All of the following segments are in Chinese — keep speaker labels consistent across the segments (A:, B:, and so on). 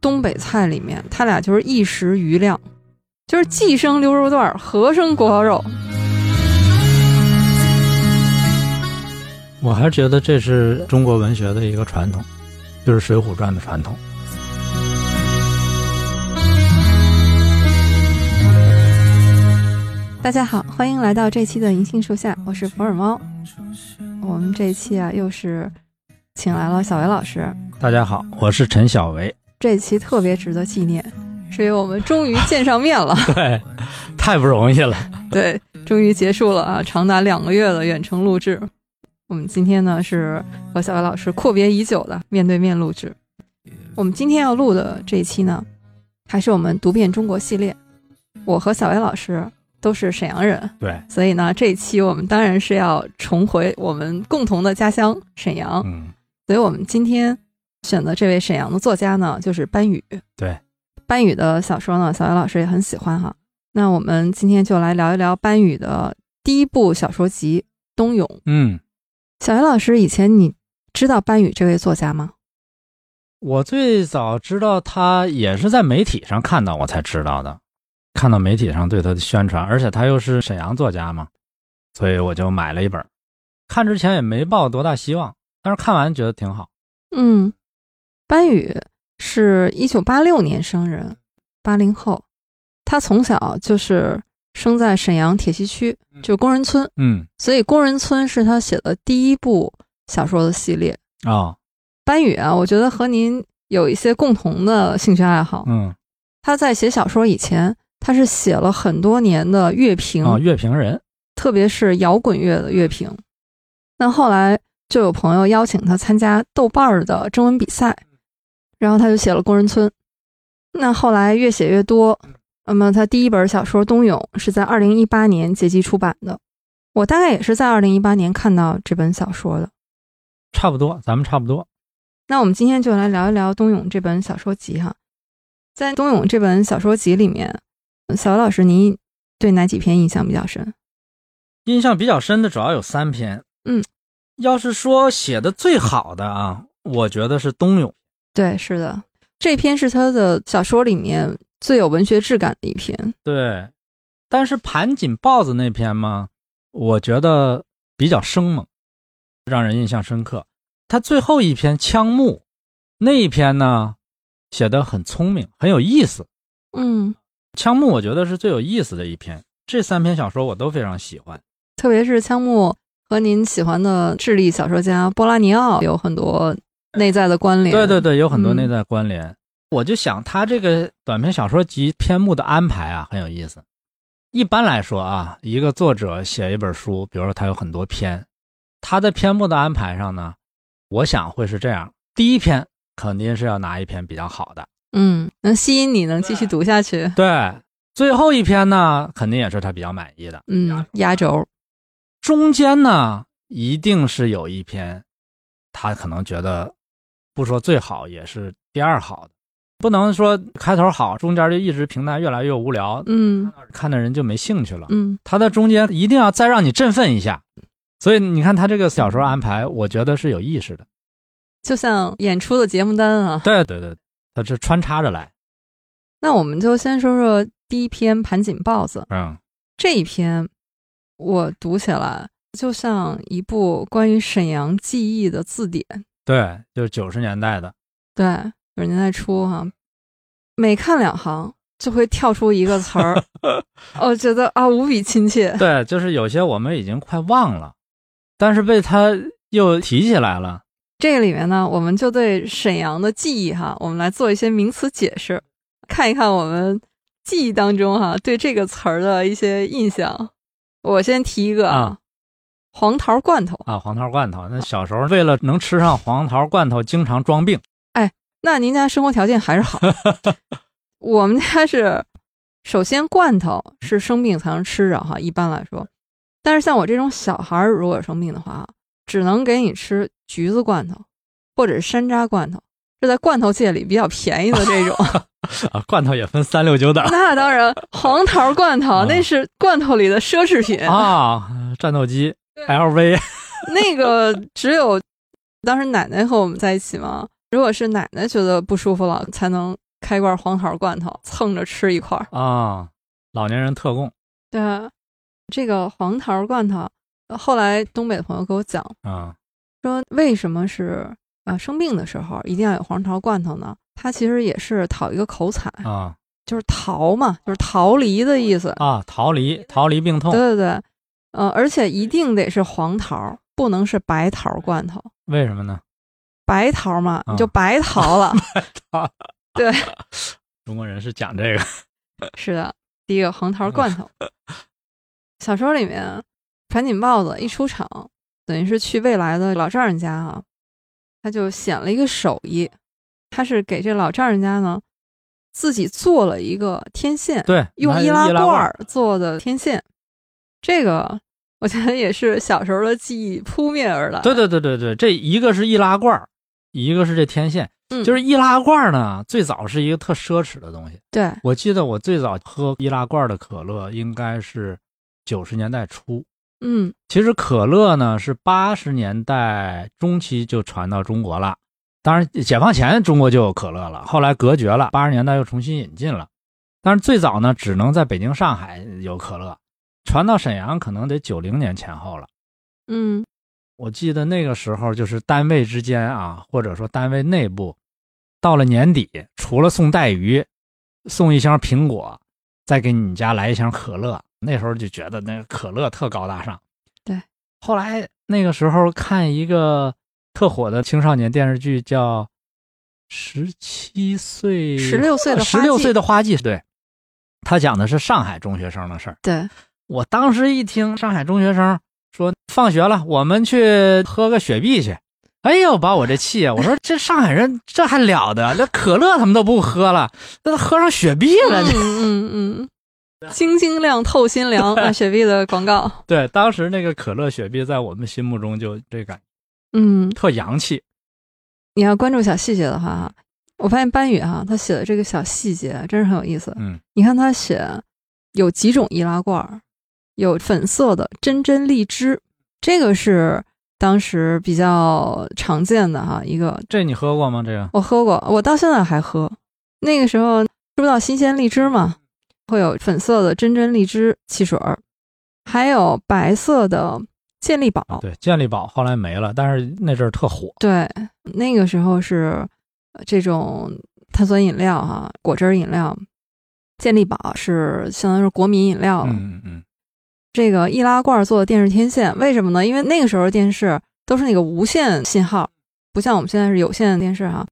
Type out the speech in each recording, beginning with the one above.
A: 东北菜里面，他俩就是一时余亮，就是既生溜肉段儿，和生锅包肉。
B: 我还觉得这是中国文学的一个传统，就是《水浒传》的传统。
A: 大家好，欢迎来到这期的银杏树下，我是福尔猫。我们这一期啊，又是请来了小维老师。
B: 大家好，我是陈小维。
A: 这一期特别值得纪念，所以我们终于见上面了。
B: 对，太不容易了。
A: 对，终于结束了啊，长达两个月的远程录制。我们今天呢是和小伟老师阔别已久的面对面录制。我们今天要录的这一期呢，还是我们读遍中国系列。我和小伟老师都是沈阳人，
B: 对，
A: 所以呢这一期我们当然是要重回我们共同的家乡沈阳。
B: 嗯，
A: 所以我们今天选的这位沈阳的作家呢，就是班宇。
B: 对，
A: 班宇的小说呢，小姚老师也很喜欢哈。那我们今天就来聊一聊班宇的第一部小说集《冬泳》。
B: 嗯，
A: 小姚老师，以前你知道班宇这位作家吗？
B: 我最早知道他也是在媒体上看到，我才知道的。看到媒体上对他的宣传，而且他又是沈阳作家嘛，所以我就买了一本。看之前也没抱多大希望，但是看完觉得挺好。
A: 嗯，班宇是一九八六年生人，八零后。他从小就是生在沈阳铁西区，就是工人村，
B: 嗯，
A: 所以工人村是他写的第一部小说的系列。
B: 哦，
A: 班宇啊，我觉得和您有一些共同的兴趣爱好。
B: 嗯，
A: 他在写小说以前，他是写了很多年的乐评，
B: 哦，乐评人，
A: 特别是摇滚乐的乐评。那后来就有朋友邀请他参加豆瓣儿的征文比赛，然后他就写了《工人村》。那后来越写越多，那么他第一本小说《冬泳》是在二零一八年结集出版的。我大概也是在二零一八年看到这本小说的。
B: 差不多，咱们差不多。
A: 那我们今天就来聊一聊《冬泳》这本小说集哈。在《冬泳》这本小说集里面，小姚老师，您对哪几篇印象比较深？
B: 印象比较深的主要有三篇。
A: 嗯，
B: 要是说写的最好的啊，我觉得是冬泳。
A: 对，是的，这篇是他的小说里面最有文学质感的一篇。
B: 对，但是盘锦豹子那篇嘛，我觉得比较生猛，让人印象深刻。他最后一篇枪木那一篇呢，写的很聪明，很有意思。
A: 嗯，
B: 枪木我觉得是最有意思的一篇。这三篇小说我都非常喜欢。
A: 特别是枪木和您喜欢的智利小说家波拉尼奥有很多内在的关联。
B: 对对对，有很多内
A: 嗯
B: 在关联。我就想他这个短篇小说集篇目的安排啊，很有意思。一般来说啊，一个作者写一本书，比如说他有很多篇，他在篇目的安排上呢，我想会是这样：第一篇肯定是要拿一篇比较好的，
A: 嗯，能吸引你能继续读下去。
B: 对；最后一篇呢，肯定也是他比较满意的。
A: 嗯，压轴。
B: 中间呢，一定是有一篇，他可能觉得不说最好，也是第二好的，不能说开头好，中间就一直平淡，越来越无聊，
A: 嗯
B: 看的人就没兴趣了。
A: 嗯
B: 他在中间一定要再让你振奋一下，所以你看他这个小说安排，我觉得是有意识的。
A: 就像演出的节目单啊。
B: 对对对，他是穿插着来，
A: 那我们就先说说第一篇《盘锦豹子》
B: 嗯
A: 这一篇，我读起来就像一部关于沈阳记忆的字典。
B: 对，就是九十年代的，
A: 对，九十年代初哈、每看两行就会跳出一个词儿，我觉得啊无比亲切。
B: 对，就是有些我们已经快忘了，但是被他又提起来了。
A: 这个里面呢，我们就对沈阳的记忆哈，我们来做一些名词解释，看一看我们记忆当中哈对这个词儿的一些印象。我先提一个
B: 啊，
A: 黄桃罐头。
B: 啊，黄桃罐头。那小时候为了能吃上黄桃罐头，经常装病。
A: 那您家生活条件还是好。我们家是，首先罐头是生病才能吃着哈，一般来说。但是像我这种小孩儿，如果生病的话，只能给你吃橘子罐头或者是山楂罐头，这在罐头界里比较便宜的这 种。
B: 啊，罐头也分三六九等
A: 那当然，黄桃罐头
B: 啊
A: 那是罐头里的奢侈品，
B: 啊，战斗机、LV
A: 那个只有当时奶奶和我们在一起嘛。如果是奶奶觉得不舒服了，才能开罐黄桃罐头蹭着吃一块儿。
B: 啊，老年人特供
A: 对，这个黄桃罐头，呃后来东北的朋友给我讲
B: 啊，
A: 说，为什么是啊生病的时候一定要有黄桃罐头呢？它其实也是讨一个口彩，
B: 啊
A: 就是逃嘛，就是逃离的意思。
B: 啊，逃离逃离病痛
A: 对，对对，呃，而且一定得是黄桃，不能是白桃罐头。
B: 为什么呢？
A: 白桃嘛，
B: 啊
A: 你就白逃了。
B: 中国人是讲这个
A: 是的，第一个黄桃罐头。小说里面，船井豹子一出场，等于是去未来的老丈人家啊，他就显了一个手艺，他是给这老丈人家呢自己做了一个天线，
B: 对，
A: 用
B: 拿
A: 易拉
B: 罐
A: 罐儿做的天线。这个我觉得也是小时候的记忆扑面而来。
B: 对对对对对，这一个是易拉罐儿，一个是这天线。
A: 嗯
B: 就是易拉罐儿呢，最早是一个特奢侈的东西。
A: 对，
B: 我记得我最早喝易拉罐儿的可乐应该是九十年代初。
A: 嗯
B: 其实可乐呢是八十年代中期就传到中国了，当然解放前中国就有可乐了，后来隔绝了，八十年代又重新引进了。但是最早呢，只能在北京、上海有可乐，传到沈阳可能得九零年前后了。
A: 嗯
B: 我记得那个时候就是单位之间啊，或者说单位内部，到了年底，除了送带鱼，送一箱苹果，再给你家来一箱可乐。那时候就觉得那可乐特高大上。
A: 对，
B: 后来那个时候看一个特火的青少年电视剧，叫《十七岁》，
A: 16岁的花
B: 十六
A: 季
B: 岁的花季，对，他讲的是上海中学生的事儿。
A: 对，
B: 我当时一听上海中学生说放学了，我们去喝个雪碧去。哎呦，把我这气啊！我 说这上海人这还了得？那可乐他们都不喝了，那都喝上雪碧了。这
A: 嗯嗯嗯，晶晶亮透心凉啊，雪碧的广告。
B: 对，当时那个可乐、雪碧在我们心目中就这感
A: 嗯，
B: 特洋气。
A: 你要关注小细节的话啊，我发现班宇啊，他写的这个小细节真是很有意思。
B: 嗯
A: 你看他写有几种易拉罐儿，有粉色的真真荔枝，这个是当时比较常见的哈、一个。
B: 这你喝过吗？这个
A: 我喝过，我到现在还喝。那个时候吃不到新鲜荔枝嘛，会有粉色的真真荔枝汽水儿，还有白色的健力宝。
B: 对，健力宝后来没了，但是那阵儿特火。
A: 对，那个时候是呃这种碳酸饮料哈、果汁儿饮料，健力宝是相当于是国民饮料了。
B: 嗯嗯嗯，
A: 这个易拉罐做的电视天线，为什么呢？因为那个时候电视都是那个无线信号，不像我们现在是有线电视哈、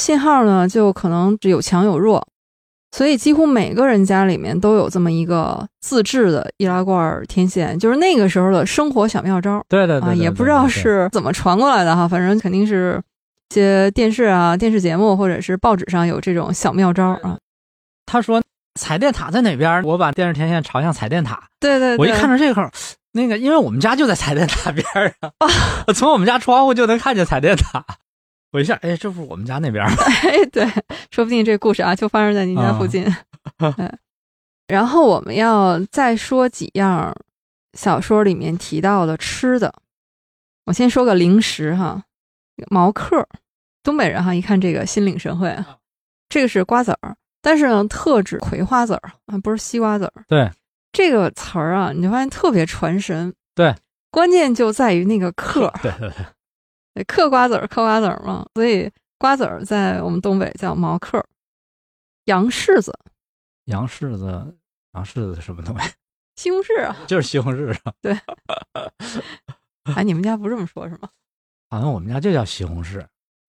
A: 信号呢就可能有强有弱，所以几乎每个人家里面都有这么一个自制的易拉罐天线，就是那个时候的生活小妙招。
B: 对对对
A: 啊，
B: 对
A: 也
B: 对
A: 不知道
B: 对
A: 是怎么传过来的哈，反正肯定是一些电视啊、电视节目或者是报纸上有这种小妙招啊。
B: 他说彩电塔在哪边儿？我把电视天线朝向彩电塔。
A: 对对对，
B: 我一看到这块儿， 那个因为我们家就在彩电塔边儿啊，
A: 哦
B: 从我们家窗户就能看见彩电塔。我一下，哎，这不是我们家那 边儿吗？
A: 哎，对，说不定这故事啊就发生在您家附近。对，然后我们要再说几样小说里面提到的吃的。我先说个零食哈，毛嗑儿，东北人哈，一看这个心领神会啊。这个是瓜子儿，但是呢，特指葵花籽儿啊，不是西瓜籽儿。
B: 对，
A: 这个词儿啊，你就发现特别传神。
B: 对，
A: 关键就在于那个嗑儿。
B: 对对对，
A: 对，嗑瓜子儿，嗑瓜子儿嘛，所以瓜子儿在我们东北叫毛嗑儿。洋柿子、
B: 洋柿子，洋柿子是什么东西？
A: 西红柿啊，
B: 就是西红柿啊，
A: 哎，你们家不这么说是吗？
B: 好像我们家就叫西红柿。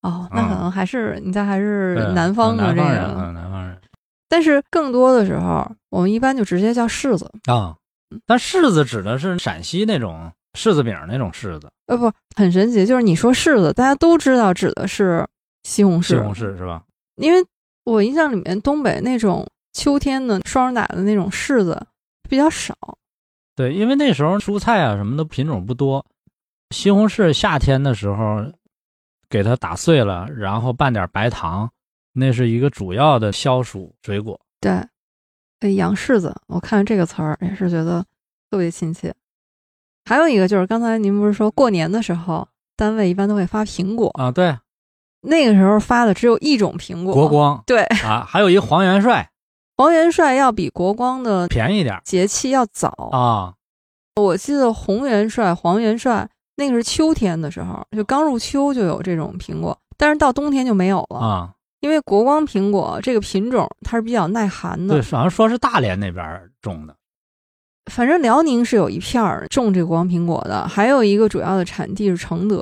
A: 哦，那可能还是你家还是
B: 啊对啊
A: 南方的
B: 南
A: 这
B: 方人，
A: 个，
B: 嗯南方人
A: 但是更多的时候，我们一般就直接叫柿子，
B: 啊。但柿子指的是陕西那种柿子饼儿那种柿子，
A: 呃，不，很神奇，就是你说柿子，大家都知道指的是西红柿，
B: 西红柿是吧？
A: 因为我印象里面东北那种秋天的双人打的那种柿子比较少，
B: 对，因为那时候蔬菜啊什么的品种不多，西红柿夏天的时候给它打碎了，然后拌点白糖，那是一个主要的消暑水果。
A: 对，呃，洋柿子，我看这个词儿也是觉得特别亲切。还有一个就是刚才您不是说过年的时候，单位一般都会发苹果，
B: 啊，对，
A: 那个时候发的只有一种苹果，
B: 国光
A: 对
B: 啊，还有一黄元帅，
A: 黄元帅要比国光的
B: 便宜点 儿
A: 节气要早。
B: 啊，
A: 我记得红元帅、黄元帅那个是秋天的时候，就刚入秋就有这种苹果，但是到冬天就没有了，
B: 啊，
A: 因为国光苹果这个品种它是比较耐寒
B: 对，
A: 的。
B: 好像说是大连那边儿种的
A: 反正辽宁是有一片儿种这个国光苹果的，还有一个主要的产地是承德。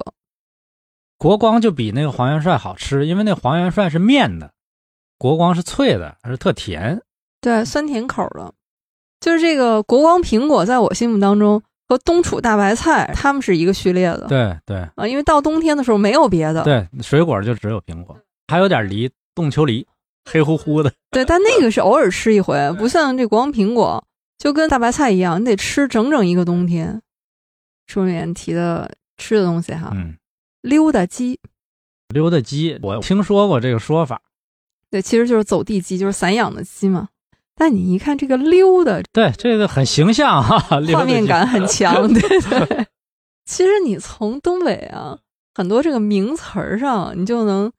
B: 国光就比那个黄元帅好吃，因为那黄元帅是面的，国光是脆的，而是特甜。
A: 对，酸甜口儿的，就是这个国光苹果，在我心目当中和东楚大白菜它们是一个序列的
B: 对对
A: 啊，因为到冬天的时候没有别的，
B: 对，水果就只有苹果，还有点梨，冻秋梨，黑乎乎的。
A: 对但那个是偶尔吃一回，不像这国光苹果，就跟大白菜一样，你得吃整整一个冬天。书里面提的吃的东西哈，
B: 嗯，
A: 溜达鸡，
B: 溜达鸡，我听说过这个说法。
A: 对，其实就是走地鸡，就是散养的鸡嘛。但你一看这个溜达，
B: 对，这个很形象啊， 溜达
A: 画
B: 鸡
A: 面感很 强，对对。其实你从东北啊，很多这个名词儿上，你就能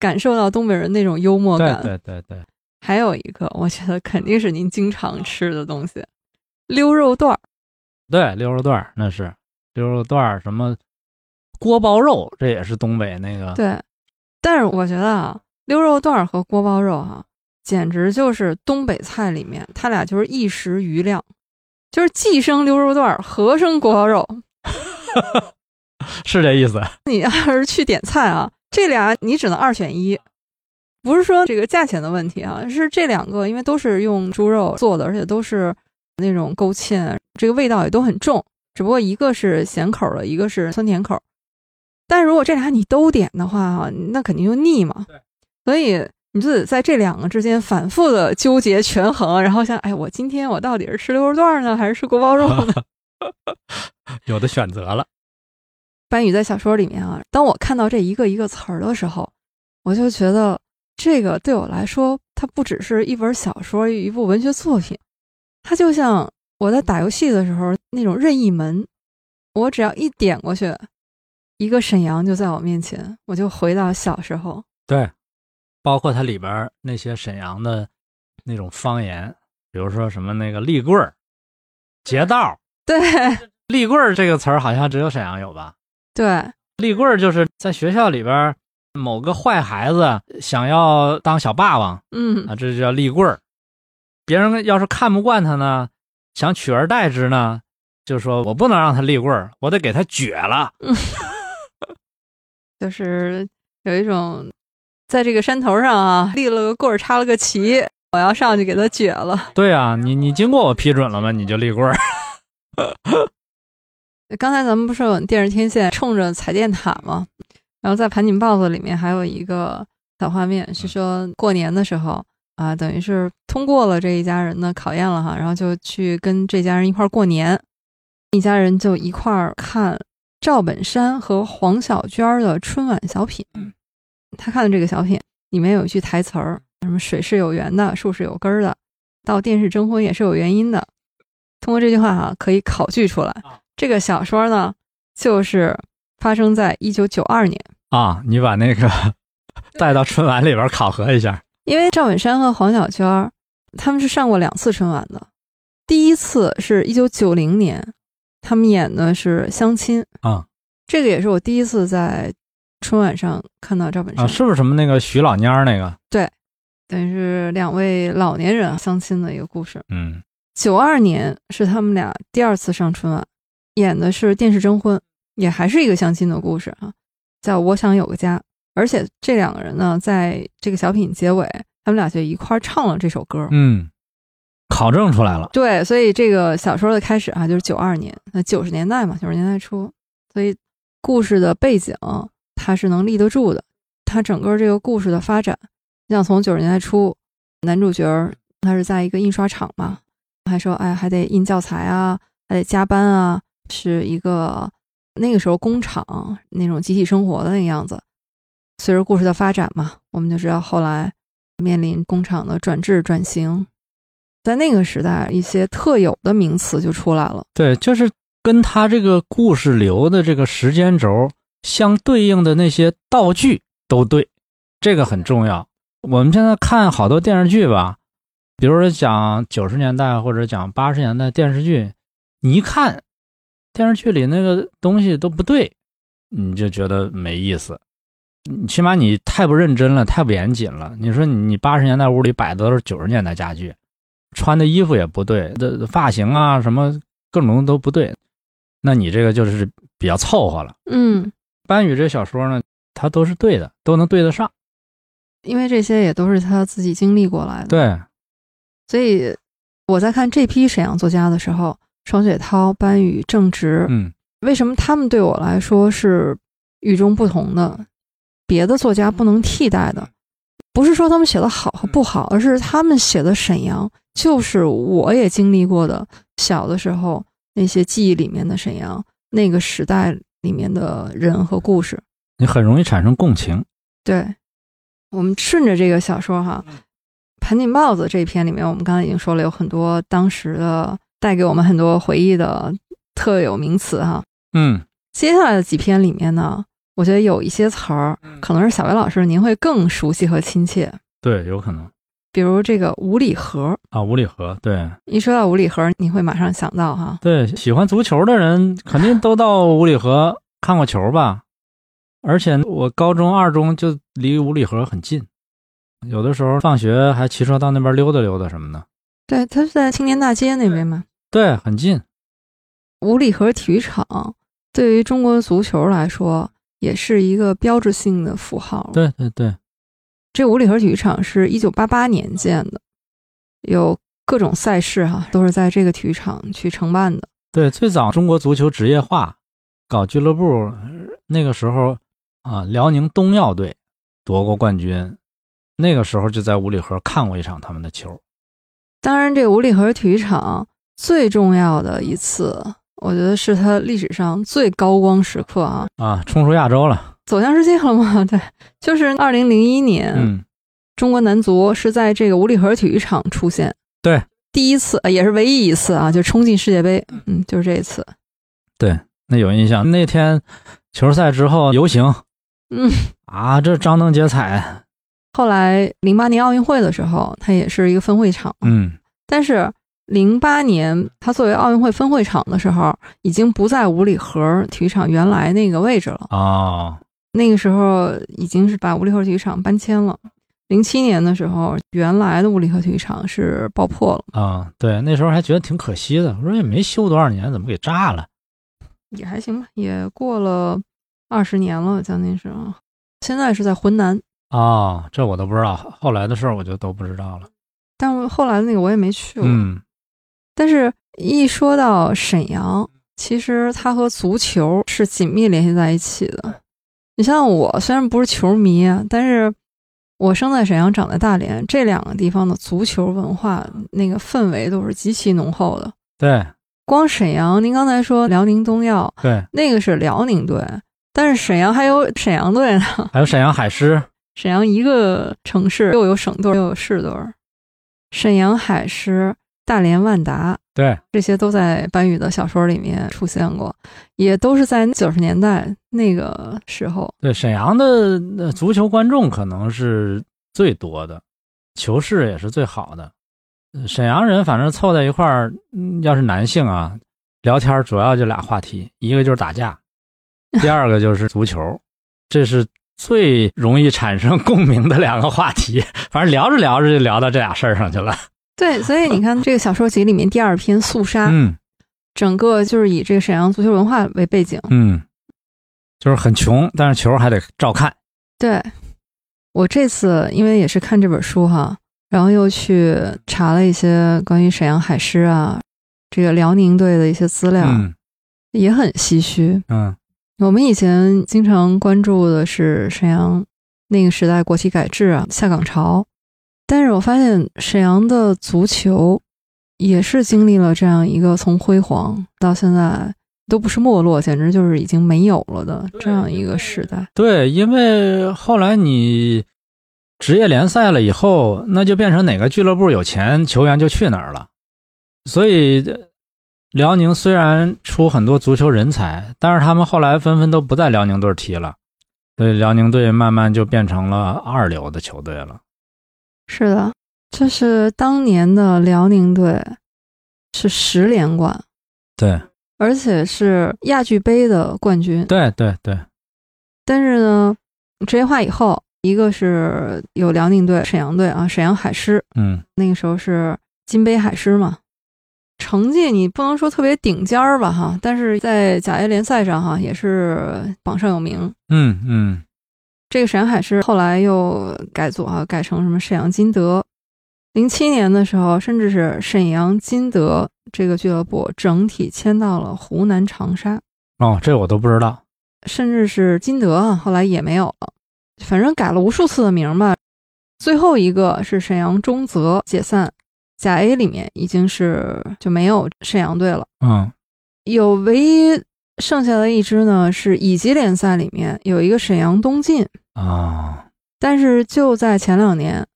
A: 感受到东北人那种幽默
B: 对
A: 感。
B: 对对对，
A: 还有一个，我觉得肯定是您经常吃的东西，溜肉段儿。
B: 对，溜肉段儿那是溜肉段儿，什么锅包肉，这也是东北那个。
A: 对，但是我觉得啊，溜肉段儿和锅包肉啊，简直就是东北菜里面，它俩就是一时余量，就是既生溜肉段儿，和生锅包肉。
B: 是这意思。
A: 你要 是去点菜啊，这俩你只能二选一，不是说这个价钱的问题啊，是这两个因为都是用猪肉做的，而且都是那种勾芡，这个味道也都很重，只不过一个是咸口儿的，一个是酸甜口儿。但如果这俩你都点的话啊，那肯定就腻嘛。所以你就得在这两个之间反复的纠结权衡，然后想，哎，我今天我到底是吃溜肉段儿呢，还是吃锅包肉呢？
B: 有的选择了。
A: 班宇在小说里面啊，当我看到这一个一个词儿的时候，我就觉得这个对我来说，它不只是一本小说、一部文学作品，它就像我在打游戏的时候那种任意门，我只要一点过去，一个沈阳就在我面前，我就回到小时候。
B: 对，包括它里边儿那些沈阳的那种方言，比如说什么那个立棍儿、劫道儿、
A: 对
B: 立棍儿这个词儿，好像只有沈阳有吧？
A: 对
B: 立棍儿就是在学校里边儿某个坏孩子想要当小霸王
A: 嗯
B: 啊，这就叫立棍儿。别人要是看不惯他呢，想取而代之呢，就说我不能让他立棍儿，我得给他撅了。
A: 就是有一种在这个山头上啊立了个棍儿，插了个旗，我要上去给他撅了。
B: 对啊，你你经过我批准了吗？你就立棍儿。
A: 刚才咱们不是有电视天线冲着踩电塔吗？然后在盘锦豹子里面还有一个小画面，是说过年的时候啊，等于是通过了这一家人的考验了哈，然后就去跟这家人一块儿过年，一家人就一块儿看赵本山和黄小娟儿的春晚小品。他看的这个小品里面有一句台词儿，什么“水是有源的，树是有根儿的，到电视征婚也是有原因的”。通过这句话哈、可以考据出来。这个小说呢，就是发生在一九九二年，
B: 啊，你把那个带到春晚里边考核一下。
A: 因为赵本山和黄小娟儿他们是上过两次春晚的，第一次是一九九零年，他们演的是相亲
B: 啊，
A: 这个也是我第一次在春晚上看到赵本山，
B: 啊，是不是什么那个徐老蔫儿那个？
A: 等于是两位老年人相亲的一个故事。
B: 嗯，
A: 九二年是他们俩第二次上春晚，演的是电视征婚，也还是一个相亲的故事啊，叫《我想有个家》。而且这两个人呢，在这个小品结尾，他们俩就一块儿唱了这首歌。
B: 嗯，考证出来了。
A: 对，所以这个小说的开始啊，就是九二年，那九十年代嘛，九十年代初，所以故事的背景它是能立得住的。它整个这个故事的发展，你想从九十年代初，男主角儿他是在一个印刷厂嘛，还说哎还得印教材啊，还得加班啊，是一个那个时候工厂那种集体生活的那个样子。随着故事的发展嘛，我们就知道后来面临工厂的转制转型，在那个时代，一些特有的名词就出来了。
B: 对，就是跟他这个故事流的这个时间轴相对应的那些道具都对。这个很重要。我们现在看好多电视剧吧，比如说讲九十年代或者讲八十年代电视剧，你一看电视剧里那个东西都不对，你就觉得没意思。你起码你太不认真了，太不严谨了。你说你八十年代屋里摆的都是九十年代家具，穿的衣服也不对，这发型啊什么各种东西都不对，那你这个就是比较凑合了。
A: 嗯，
B: 班宇这小说呢，它都是对的，都能对得上。
A: 因为这些也都是他自己经历过来的，
B: 对，
A: 所以我在看这批沈阳作家的时候，双雪涛、班宇、郑执，
B: 嗯
A: 为什么他们对我来说是与众不同的，别的作家不能替代的？不是说他们写的好和
B: 嗯
A: 不好，而是他们写的沈阳，就是我也经历过的小的时候那些记忆里面的沈阳，那个时代里面的人和故事。
B: 你很容易产生共情。
A: 对，我们顺着这个小说哈，《盘锦豹子》这一篇里面，我们刚才已经说了，有很多当时的带给我们很多回忆的特有名词哈。
B: 嗯，
A: 接下来的几篇里面呢，我觉得有一些词儿可能是小维老师您会更熟悉和亲切，
B: 对，有可能
A: 比如这个五里河。
B: 啊。五里河，对
A: 一说到五里河，你会马上想到哈，
B: 对，喜欢足球的人肯定都到五里河看过球吧。而且我高中、二中就离五里河很近，有的时候放学还骑车到那边溜达溜达什么的。
A: 对，它是在青年大街那边嘛。
B: 对，很近。
A: 五里河体育场对于中国足球来说，也是一个标志性的符号。
B: 对对对，
A: 这五里河体育场是一九八八年建的，有各种赛事哈、都是在这个体育场去承办的。
B: 对，最早中国足球职业化，搞俱乐部，呃那个时候啊，辽宁东药队夺过冠军，那个时候就在五里河看过一场他们的球。
A: 当然，这五里河体育场最重要的一次，我觉得是它历史上最高光时刻啊，
B: 啊，冲出亚洲了。
A: 走向世界了嘛？ 对，就是二零零一年，
B: 嗯，
A: 中国男足是在这个五里河体育场出现，
B: 对，
A: 第一次呃也是唯一一次啊，就冲进世界杯，嗯，就是这一次，
B: 那有印象。那天球赛之后游行
A: 嗯。
B: 啊，这张灯结彩。
A: 后来零八年奥运会的时候，它也是一个分会场嘛，
B: 嗯，
A: 但是零八年它作为奥运会分会场的时候，已经不在五里河体育场原来那个位置了。
B: 哦，
A: 那个时候已经是把五里河体育场搬迁了。零七年的时候，原来的五里河体育场是爆破了，
B: 啊，对，那时候还觉得挺可惜的，我说也没修多少年，怎么给炸了？
A: 也还行吧，也过了二十年了，将近是啊。现在是在浑南，
B: 哦，这我都不知道，后来的事儿我就都不知道了。
A: 但我后来那个我也没去过。
B: 嗯，
A: 但是，一说到沈阳，其实它和足球是紧密联系在一起的。你像我，虽然不是球迷啊，但是我生在沈阳，长在大连，这两个地方的足球文化那个氛围都是极其浓厚的。
B: 对
A: 光沈阳，您刚才说辽宁东药
B: 对，
A: 那个是辽宁队，但是沈阳还有沈阳队呢。
B: 还有沈阳海狮。
A: 沈阳一个城市又有省队儿又有市队儿，沈阳海狮、大连万达，
B: 对，
A: 这些都在班宇的小说里面出现过，也都是在九十年代那个时候。
B: 对，沈阳的呃足球观众可能是最多的，球市也是最好的。呃沈阳人反正凑在一块儿，嗯要是男性啊，聊天儿主要就俩话题，一个就是打架，第二个就是足球，这是最容易产生共鸣的两个话题。反正聊着聊着就聊到这俩事儿上去了。
A: 对，所以你看这个小说集里面第二篇《肃杀》，
B: 嗯
A: 整个就是以这个沈阳足球文化为背景。
B: 嗯，就是很穷，但是球还得照看。
A: 对我这次因为也是看这本书哈，然后又去查了一些关于沈阳海狮啊，这个辽宁队的一些资料，
B: 嗯
A: 也很唏嘘。
B: 嗯
A: 我们以前经常关注的是沈阳那个时代国企改制啊、下岗潮，但是我发现沈阳的足球也是经历了这样一个从辉煌到现在都不是没落，简直就是已经没有了的这样一个时代。
B: 对，因为后来你职业联赛了以后，那就变成哪个俱乐部有钱，球员就去哪儿了。所以，呃辽宁虽然出很多足球人才，但是他们后来纷纷都不在辽宁队踢了，所以辽宁队慢慢就变成了二流的球队了。
A: 是的，就是当年的辽宁队是十连冠，
B: 对
A: 而且是亚俱杯的冠军。
B: 对对对，
A: 但是呢，职业化以后，一个是有辽宁队、沈阳队啊，沈阳海狮
B: 嗯，
A: 那个时候是金杯海狮嘛，成绩你不能说特别顶尖儿吧哈，但是在甲 A 联赛上哈也是榜上有名。
B: 嗯嗯，
A: 这个沈阳海狮后来又改组啊，改成什么沈阳金德。零七年的时候，甚至是沈阳金德这个俱乐部整体迁到了湖南长沙。
B: 哦，这我都不知道。
A: 甚至是金德啊，后来也没有了，反正改了无数次的名儿吧。最后一个是沈阳中泽解散，甲 A 里面已经是就没有沈阳队了，
B: 嗯
A: 有唯一剩下的一支呢是乙级联赛里面有一个沈阳东进，
B: 啊，
A: 但是就在前两年，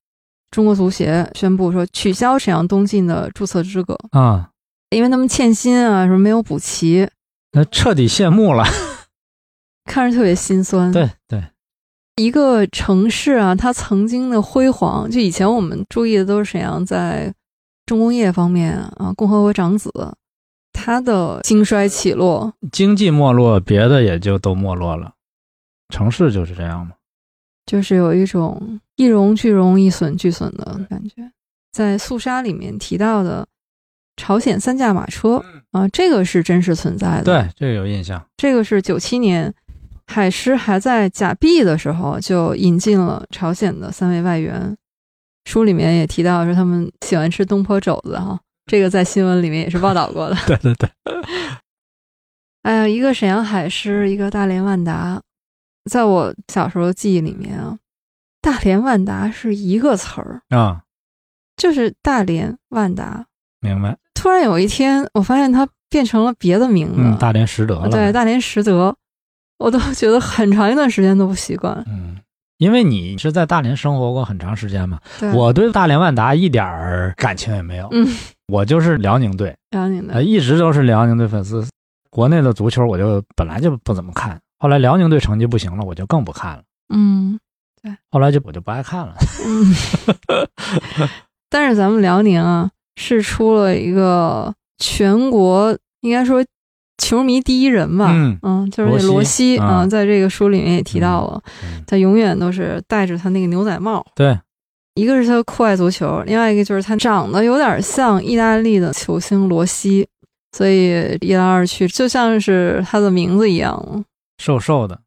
A: 中国足协宣布说取消沈阳东进的注册资格，
B: 啊，
A: 因为他们欠薪啊，什么没有补齐，
B: 那彻底谢幕了。
A: 看着特别心酸。
B: 对对，
A: 一个城市啊，它曾经的辉煌，就以前我们注意的都是沈阳在重工业方面啊，共和国长子，它的兴衰起落，
B: 经济没落，别的也就都没落了。城市就是这样嘛。
A: 就是有一种一荣俱荣，一损俱损的感觉。在《肃杀》里面提到的朝鲜三驾马车啊，这个是真实存在的。，
B: 对，这个有印象。
A: 这个是九七年海狮还在假币的时候就引进了朝鲜的三位外援。书里面也提到说他们喜欢吃东坡肘子哈，这个在新闻里面也是报道过的。
B: 对对对，
A: 哎呀，一个沈阳海狮，一个大连万达，在我小时候记忆里面啊，大连万达是一个词儿，
B: 啊，
A: 就是大连万达。
B: 明白。
A: 突然有一天，我发现它变成了别的名字，
B: 嗯，大连实德了。
A: 对，大连实德，我都觉得很长一段时间都不习惯。
B: 嗯，因为你是在大连生活过很长时间嘛，
A: 对
B: 我对大连万达一点儿感情也没有，
A: 嗯，
B: 我就是辽宁队，
A: 辽宁
B: 呃，
A: 的，
B: 一直都是辽宁队粉丝。国内的足球我就本来就不怎么看，后来辽宁队成绩不行了，我就更不看了，
A: 嗯
B: 后来就我就不爱看了。
A: 嗯。但是咱们辽宁啊，是出了一个全国应该说球迷第一人吧，
B: 嗯
A: 就是那
B: 罗
A: 罗
B: 西
A: 西嗯
B: 啊
A: 在这个书里面也提到了，
B: 嗯
A: 他永远都是戴着他那个牛仔帽，
B: 对，
A: 一个是他酷爱足球，另外一个就是他长得有点像意大利的球星罗西，所以一来二去就像是他的名字一样，
B: 瘦瘦的，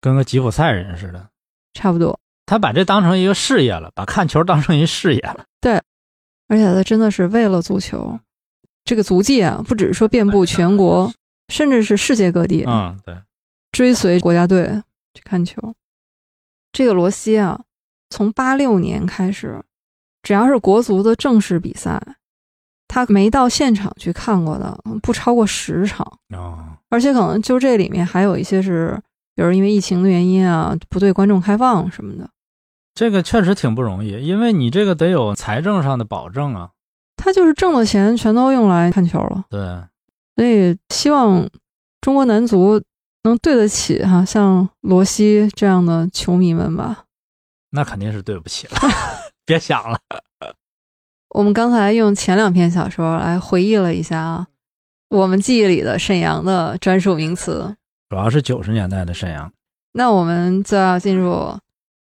B: 跟个吉普赛人似的。
A: 差不多。
B: 他把这当成一个事业了，把看球当成一事业了。
A: 而且他真的是为了足球，这个足迹啊，不只是说遍布全国，甚至是世界各地，
B: 嗯，对，
A: 追随国家队去看球。这个罗西啊，从八六年开始，只要是国足的正式比赛，他没到现场去看过的，不超过十场，
B: 哦，
A: 而且可能就这里面还有一些是，比如因为疫情的原因啊，不对观众开放什么的。
B: 这个确实挺不容易，因为你这个得有财政上的保证啊。
A: 他就是挣的钱全都用来看球了。
B: 对，
A: 所以希望中国男足能对得起哈、像罗西这样的球迷们吧。
B: 那肯定是对不 起了，别想了。
A: 我们刚才用前两篇小说来回忆了一下啊，我们记忆里的沈阳的专属名词。
B: 主要是九十年代的沈阳，
A: 那我们就要进入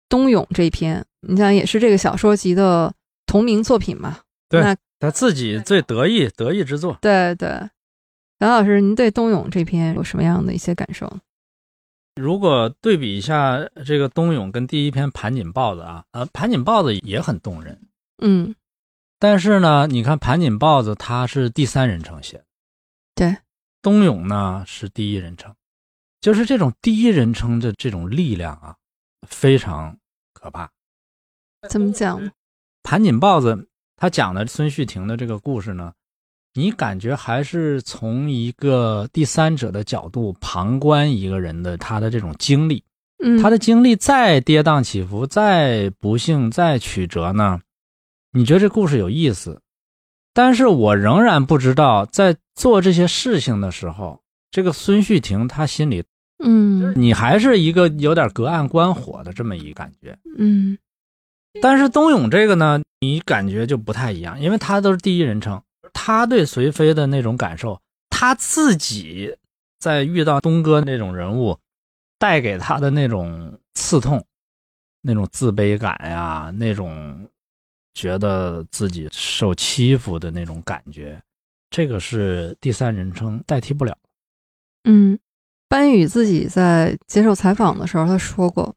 A: 冬泳这一篇，你想也是这个小说集的同名作品嘛？
B: 他自己最得意得意之作。
A: 对对，梁老师，您对冬泳这篇有什么样的一些感受？
B: 如果对比一下这个冬泳跟第一篇盘锦豹子啊，呃，盘锦豹子也很动人，
A: 嗯，
B: 但是呢，你看盘锦豹子它是第三人称写的，
A: 对，
B: 冬泳呢是第一人称，就是这种第一人称的这种力量啊，非常可怕。
A: 怎么讲？
B: 盘锦豹子他讲的孙旭婷的这个故事呢，你感觉还是从一个第三者的角度旁观一个人的他的这种经历，
A: 嗯，
B: 他的经历再跌宕起伏、再不幸、再曲折呢，你觉得这故事有意思，但是我仍然不知道在做这些事情的时候，这个孙旭婷他心里
A: 嗯
B: 你还是一个有点隔岸观火的这么一感觉。
A: 嗯
B: 但是冬泳这个呢，你感觉就不太一样，因为他都是第一人称，他对随妃的那种感受，他自己在遇到东哥那种人物，带给他的那种刺痛，那种自卑感呀，那种觉得自己受欺负的那种感觉，这个是第三人称代替不了。
A: 嗯。班宇自己在接受采访的时候，他说过，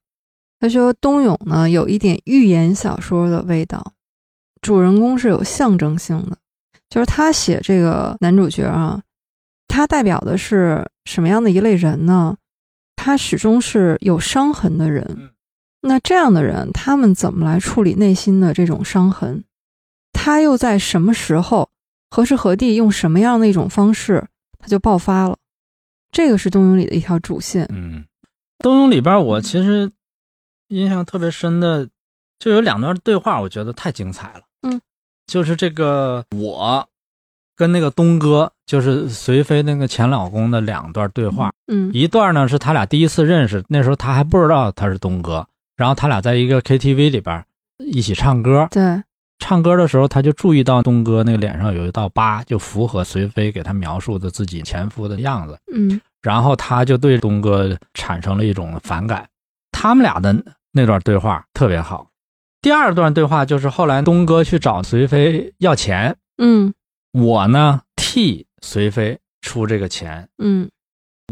A: 他说冬泳呢有一点寓言小说的味道，主人公是有象征性的，就是他写这个男主角啊，他代表的是什么样的一类人呢？他始终是有伤痕的人
B: 嗯。
A: 那这样的人，他们怎么来处理内心的这种伤痕？他又在什么时候、何时何地、用什么样的一种方式，他就爆发了？这个是冬泳里的一条主线。
B: 嗯，冬泳里边我
A: 嗯
B: 其实印象特别深的，就有两段对话，我觉得太精彩了。
A: 嗯，
B: 就是这个我跟那个东哥，就是随妃那个前老公的两段对话，
A: 嗯
B: 一段呢是他俩第一次认识，那时候他还不知道他是东哥，然后他俩在一个 KTV 里边一起唱歌，
A: 对，
B: 唱歌的时候，他就注意到东哥那个脸上有一道疤，就符合随妃给他描述的自己前夫的样子。
A: 嗯
B: 然后他就对东哥产生了一种反感。他们俩的那段对话特别好。第二段对话就是后来东哥去找随妃要钱，
A: 嗯
B: 我呢替随妃出这个钱，
A: 嗯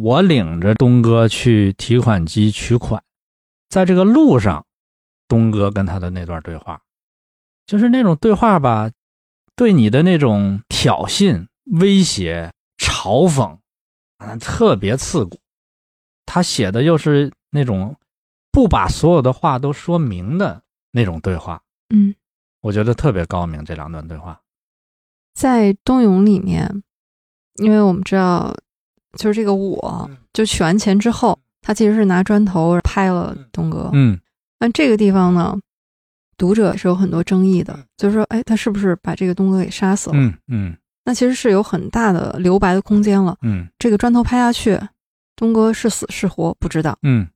B: 我领着东哥去提款机取款。在这个路上，东哥跟他的那段对话，就是那种对话吧，对你的那种挑衅、威胁、嘲讽，啊，特别刺骨。他写的又是那种不把所有的话都说明的那种对话，
A: 嗯，
B: 我觉得特别高明。这两段对话，
A: 在冬泳里面，因为我们知道，就是这个我
B: 嗯
A: 就取完钱之后，他其实是拿砖头拍了东哥。
B: 嗯
A: 那这个地方呢，读者是有很多争议的
B: 嗯，
A: 就是说，哎，他是不是把这个东哥给杀死了？
B: 嗯嗯
A: 那其实是有很大的留白的空间了。
B: 嗯
A: 这个砖头拍下去，东哥是死是活不知道。
B: 嗯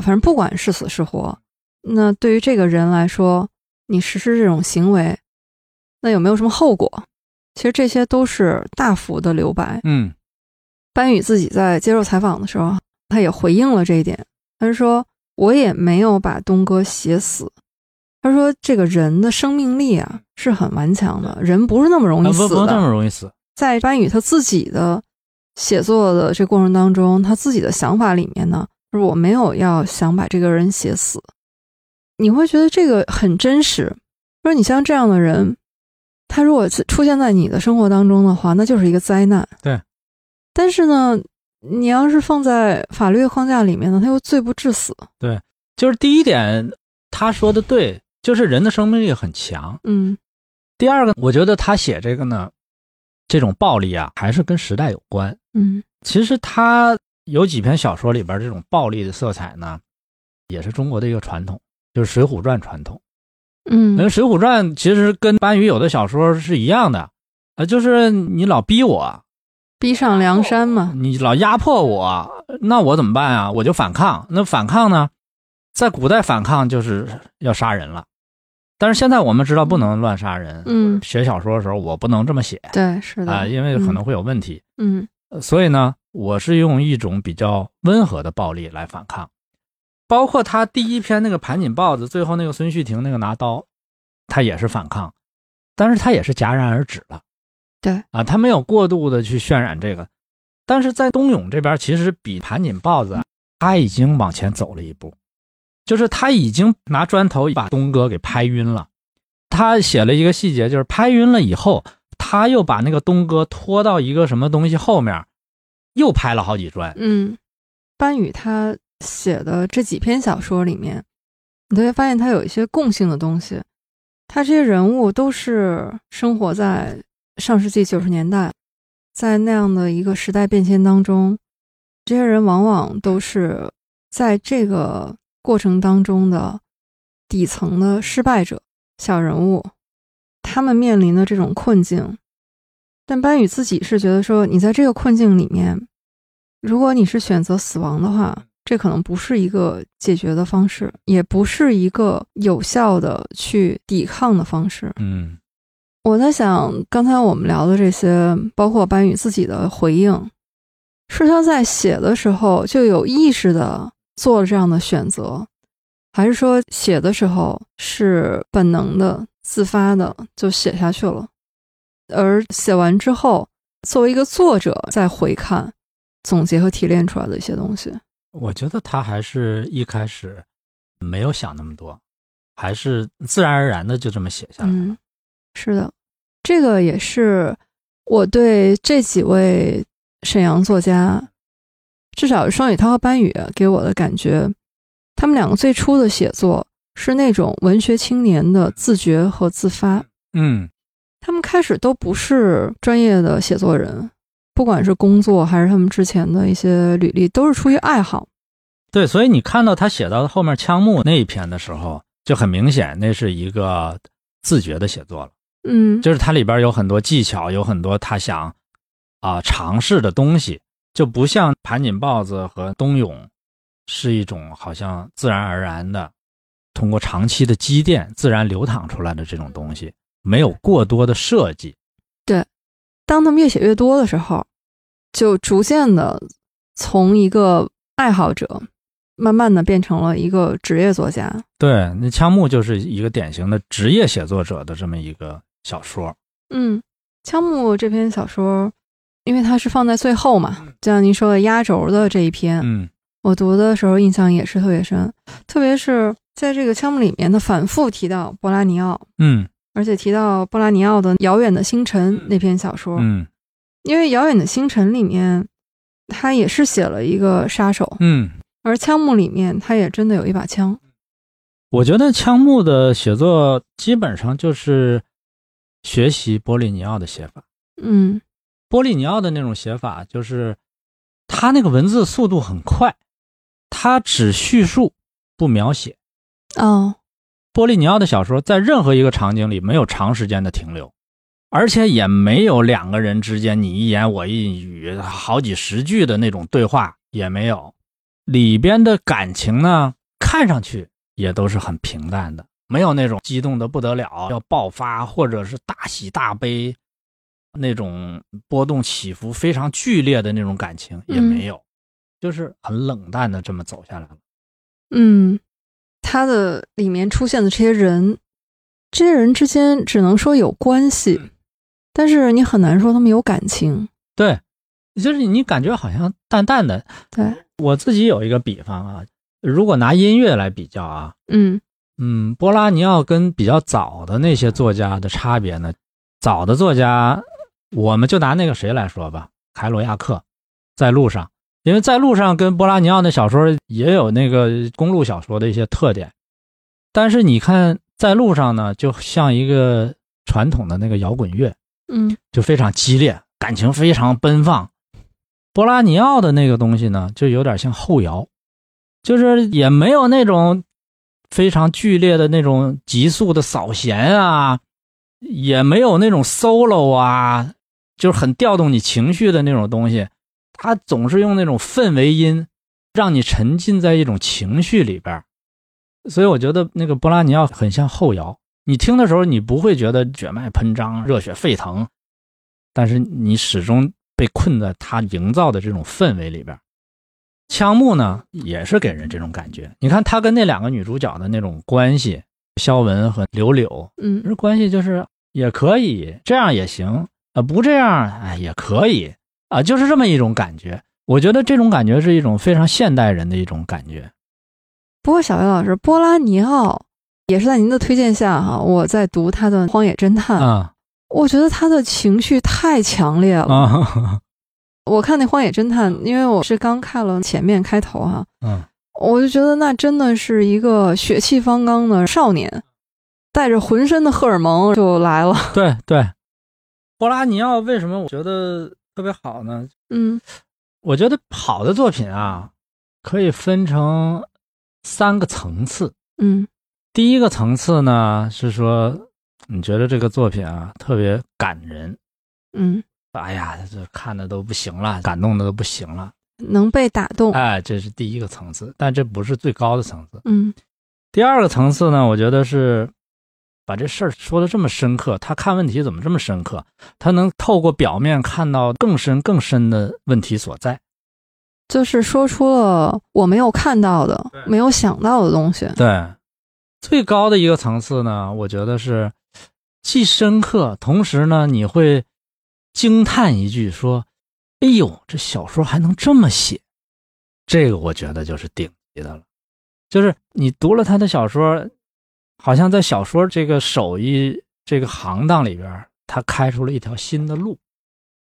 A: 反正不管是死是活，那对于这个人来说，你实施这种行为，那有没有什么后果？其实这些都是大幅的留白。
B: 嗯
A: 班宇自己在接受采访的时候，他也回应了这一点，他说：“我也没有把东哥写死。”他说：“这个人的生命力啊是很顽强的，人不是那么容
B: 嗯，
A: 易死
B: 不不那
A: 的。
B: 么容易死，”
A: 在班宇他自己的写作的这过程当中，他自己的想法里面呢，就是我没有要想把这个人写死，你会觉得这个很真实。说你像这样的人，他如果出现在你的生活当中的话，那就是一个灾难。
B: 对，
A: 但是呢，你要是放在法律框架里面呢，他又罪不至死。
B: 就是第一点，他说的对，就是人的生命力很强。
A: 嗯
B: 第二个，我觉得他写这个呢，这种暴力啊，还是跟时代有关。
A: 嗯
B: 其实他有几篇小说里边这种暴力的色彩呢，也是中国的一个传统，就是《水浒传》传统。因为
A: 嗯
B: 《水浒传》其实跟班宇有的小说是一样的，呃，就是你老逼我，
A: 逼上梁山嘛。
B: 你老压迫我，那我怎么办啊？我就反抗。那反抗呢？在古代反抗就是要杀人了，但是现在我们知道不能乱杀人。
A: 嗯，
B: 写小说的时候我不能这么写
A: 对，是的
B: 啊、因为可能会有问题、
A: 嗯
B: 呃所以呢，我是用一种比较温和的暴力来反抗。包括他第一篇那个盘锦豹子，最后那个孙旭婷那个拿刀，他也是反抗，但是他也是戛然而止了。
A: 对
B: 啊，他没有过度的去渲染这个，但是在冬泳这边，其实比盘锦豹子啊他已经往前走了一步，就是他已经拿砖头把东哥给拍晕了。他写了一个细节，就是拍晕了以后，他又把那个东哥拖到一个什么东西后面，又拍了好几砖。
A: 嗯，班宇他写的这几篇小说里面，你都会发现他有一些共性的东西。他这些人物都是生活在上世纪九十年代，在那样的一个时代变迁当中，这些人往往都是在这个过程当中的底层的失败者、小人物，他们面临的这种困境。但班宇自己是觉得说，你在这个困境里面，如果你是选择死亡的话，这可能不是一个解决的方式，也不是一个有效的去抵抗的方式。
B: 嗯
A: 我在想，刚才我们聊的这些，包括班宇自己的回应，是他在写的时候就有意识的做了这样的选择，还是说写的时候是本能的、自发的就写下去了？而写完之后，作为一个作者再回看、总结和提炼出来的一些东西，
B: 我觉得他还是一开始没有想那么多，还是自然而然的就这么写下来了。
A: 嗯，是的，这个也是我对这几位沈阳作家，至少双雪涛和班宇给我的感觉，他们两个最初的写作是那种文学青年的自觉和自发。
B: 嗯
A: 他们开始都不是专业的写作人，不管是工作还是他们之前的一些履历，都是出于爱好。
B: 对，所以你看到他写到后面枪木那一篇的时候，就很明显，那是一个自觉的写作了。
A: 嗯，
B: 就是它里边有很多技巧，有很多他想啊、尝试的东西，就不像盘锦豹子和冬泳是一种好像自然而然的，通过长期的积淀自然流淌出来的这种东西，没有过多的设计。
A: 当他们越写越多的时候，就逐渐的从一个爱好者，慢慢的变成了一个职业作家。
B: 对，那枪木就是一个典型的职业写作者的这么一个小说。
A: 嗯，枪木这篇小说，因为它是放在最后嘛，就像您说的压轴的这一篇，
B: 嗯
A: 我读的时候印象也是特别深，特别是在这个枪木里面，他反复提到波拉尼奥，
B: 嗯
A: 而且提到波拉尼奥的《遥远的星辰》那篇小说，
B: 嗯
A: 因为《遥远的星辰》里面，他也是写了一个杀手，
B: 嗯，
A: 而枪木里面，他也真的有一把枪。
B: 我觉得枪木的写作基本上就是学习波利尼奥的写法。
A: 嗯
B: 波利尼奥的那种写法，就是他那个文字速度很快，他只叙述不描写。
A: 哦，
B: 波利尼奥的小说在任何一个场景里没有长时间的停留，而且也没有两个人之间你一言我一语好几十句的那种对话也没有。里边的感情呢，看上去也都是很平淡的，没有那种激动的不得了要爆发或者是大喜大悲那种波动起伏非常剧烈的那种感情也没有，就是很冷淡的这么走下来了。
A: 嗯，他的里面出现的这些人，这些人之间只能说有关系，
B: 嗯
A: 但是你很难说他们有感情。
B: 对，就是你感觉好像淡淡的，
A: 对，
B: 我自己有一个比方啊，如果拿音乐来比较啊，
A: 嗯
B: 嗯，波拉尼奥跟比较早的那些作家的差别呢，早的作家，我们就拿那个谁来说吧，凯鲁亚克，在路上，因为在路上跟波拉尼奥的小说也有那个公路小说的一些特点，但是你看在路上呢，就像一个传统的那个摇滚乐，
A: 嗯
B: 就非常激烈，感情非常奔放。波拉尼奥的那个东西呢，就有点像后摇，就是也没有那种非常剧烈的那种急速的扫弦啊，也没有那种 solo 啊，就是很调动你情绪的那种东西。他总是用那种氛围音，让你沉浸在一种情绪里边儿。所以我觉得那个波拉尼奥很像后摇，你听的时候你不会觉得血脉喷张、热血沸腾，但是你始终被困在他营造的这种氛围里边儿。枪木呢，也是给人这种感觉。你看他跟那两个女主角的那种关系，肖文和柳柳，
A: 嗯
B: 这关系就是也可以，这样也行啊、呃不这样哎也可以啊、就是这么一种感觉。我觉得这种感觉是一种非常现代人的一种感觉。
A: 不过小魏老师，波拉尼奥也是在您的推荐下哈、我在读他的《荒野侦探》
B: 啊
A: 我觉得他的情绪太强烈了。
B: 啊
A: 我看那《荒野侦探》，因为我是刚看了前面开头哈、
B: 嗯
A: 我就觉得那真的是一个血气方刚的少年，带着浑身的荷尔蒙就来了。
B: 对对，波拉尼奥为什么我觉得特别好呢？
A: 嗯
B: 我觉得好的作品啊，可以分成三个层次。
A: 嗯
B: 第一个层次呢，是说你觉得这个作品啊特别感人，
A: 嗯
B: 哎呀，这看的都不行了，感动的都不行了。
A: 能被打动。
B: 哎，这是第一个层次，但这不是最高的层次。
A: 嗯
B: 第二个层次呢，我觉得是把这事儿说的这么深刻，他看问题怎么这么深刻？他能透过表面看到更深更深的问题所在。
A: 就是说出了我没有看到的、没有想到的东西。
B: 对，最高的一个层次呢，我觉得是既深刻，同时呢，你会惊叹一句说：“哎呦，这小说还能这么写！”这个我觉得就是顶级的了，就是你读了他的小说，好像在小说这个手艺这个行当里边儿，他开出了一条新的路。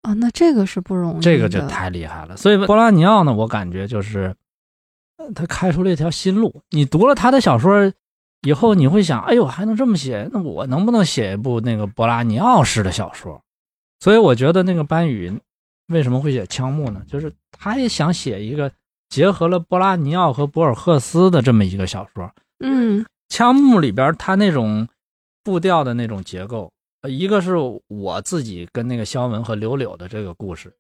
A: 啊，那这个是不容易的，
B: 这个就太厉害了。所以波拉尼奥呢，我感觉就是呃他开出了一条新路。你读了他的小说以后，你会想，哎呦，还能这么写？那我能不能写一部那个波拉尼奥式的小说？所以我觉得那个班宇为什么会写《枪木》呢？就是他也想写一个结合了波拉尼奥和博尔赫斯的这么一个小说。
A: 嗯
B: 枪木里边它那种步调的那种结构，呃一个是我自己跟那个肖文和柳柳的这个故事，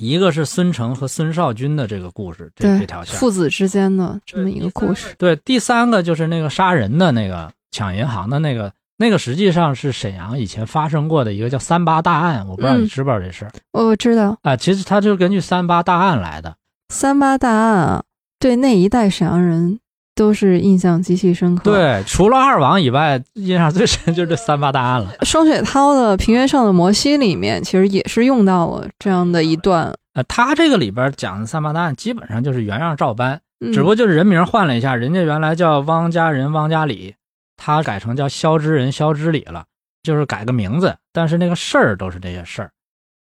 B: 一个是孙成和孙少军的这个故事，这这
A: 对
B: 条线。
A: 父子之间的这么一个故事。
B: 对，第三个就是那个杀人的那个抢银行的那个，那个实际上是沈阳以前发生过的一个叫三八大案，我不知道你
A: 嗯
B: 知不知道这事儿、
A: 我知道
B: 啊？其实它就是根据三八大案来的。
A: 三八大案啊，对那一代沈阳人都是印象极其深刻。，
B: 对，除了二王以外，印象最深就是这三八大案了。
A: 双雪涛的《平原上的摩西》里面其实也是用到了这样的一段，
B: 呃，他这个里边讲的三八大案基本上就是原样照搬，
A: 嗯、
B: 只不过就是人名换了一下，人家原来叫汪家人汪家里，他改成叫肖之人肖之里了，就是改个名字，但是那个事儿都是这些事儿。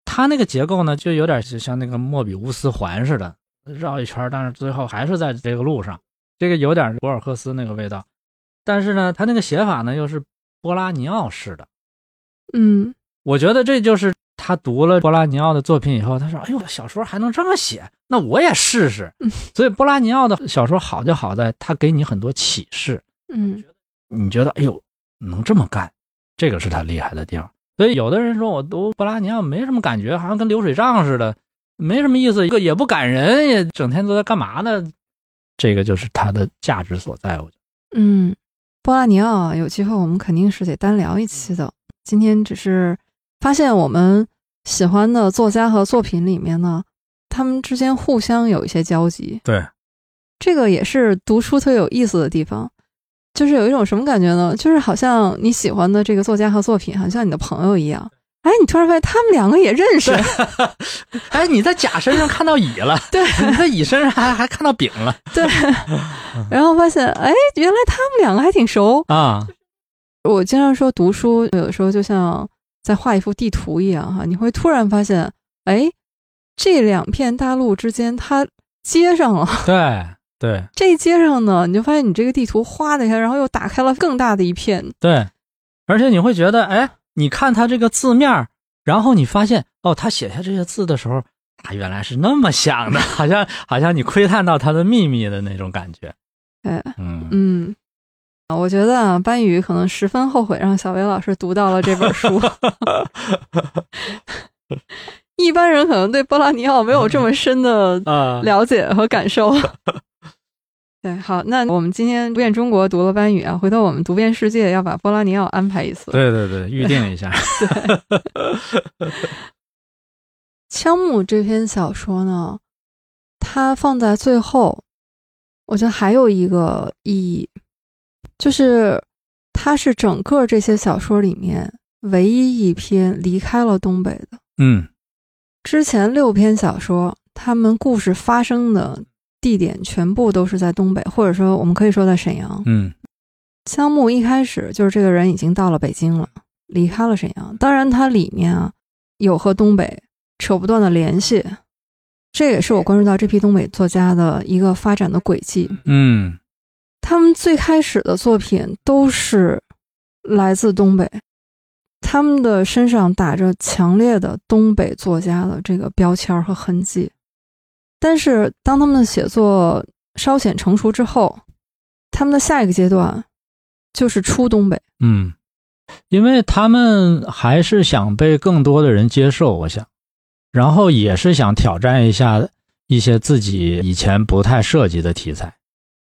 B: 他那个结构呢，就有点就像那个莫比乌斯环似的，绕一圈儿，但是最后还是在这个路上，这个有点博尔赫斯那个味道，但是呢，他那个写法呢又是波拉尼奥式的。
A: 嗯，
B: 我觉得这就是他读了波拉尼奥的作品以后，他说：“哎呦，小说还能这么写，那我也试试。
A: 嗯”
B: 所以波拉尼奥的小说好就好在他给你很多启示，
A: 嗯
B: 你觉得哎呦能这么干，这个是他厉害的地方。所以有的人说我读波拉尼奥没什么感觉，好像跟流水账似的，没什么意思，一个也不感人，也整天都在干嘛呢？这个就是他的价值所在，我觉得。
A: 嗯，波拉尼奥啊，有机会我们肯定是得单聊一期的。今天只是发现我们喜欢的作家和作品里面呢，他们之间互相有一些交集，
B: 对，
A: 这个也是读书特有意思的地方。就是有一种什么感觉呢？就是好像你喜欢的这个作家和作品，好像你的朋友一样。哎，你突然发现他们两个也认识，
B: 哎，你在甲身上看到乙了，
A: 对
B: 你在乙身上还还看到丙了
A: 对，然后发现哎，原来他们两个还挺熟。
B: 啊。
A: 我经常说，读书有的时候就像在画一幅地图一样哈，你会突然发现，哎，这两片大陆之间它接上了，
B: 对对
A: 这一接上呢，你就发现你这个地图哗的一下，然后又打开了更大的一片。
B: 对，而且你会觉得，哎，你看他这个字面儿，然后你发现，哦，他写下这些字的时候，他原来是那么想的， 好像好像你窥探到他的秘密的那种感觉。
A: 哎，
B: 嗯，
A: 嗯，啊我觉得啊，班宇可能十分后悔让小薇老师读到了这本书。 一般人可能对波拉尼奥没有这么深的
B: 啊、
A: 了解和感 受。对，好，那我们今天读遍中国读了班宇啊，回头我们读遍世界要把波拉尼奥安排一次。
B: 对对对，预定一下。
A: 枪木这篇小说呢，它放在最后，我觉得还有一个意义，就是它是整个这些小说里面唯一一篇离开了东北的。
B: 嗯，
A: 之前六篇小说，他们故事发生的地点全部都是在东北，或者说我们可以说在沈阳。
B: 嗯，
A: 香木一开始就是这个人已经到了北京了，离开了沈阳。当然，它里面啊有和东北扯不断的联系，这也是我关注到这批东北作家的一个发展的轨迹。
B: 嗯，
A: 他们最开始的作品都是来自东北，他们的身上打着强烈的东北作家的这个标签儿和痕迹。但是，当他们的写作稍显成熟之后，他们的下一个阶段就是出东北。
B: 嗯，因为他们还是想被更多的人接受，我想，然后也是想挑战一下一些自己以前不太涉及的题材。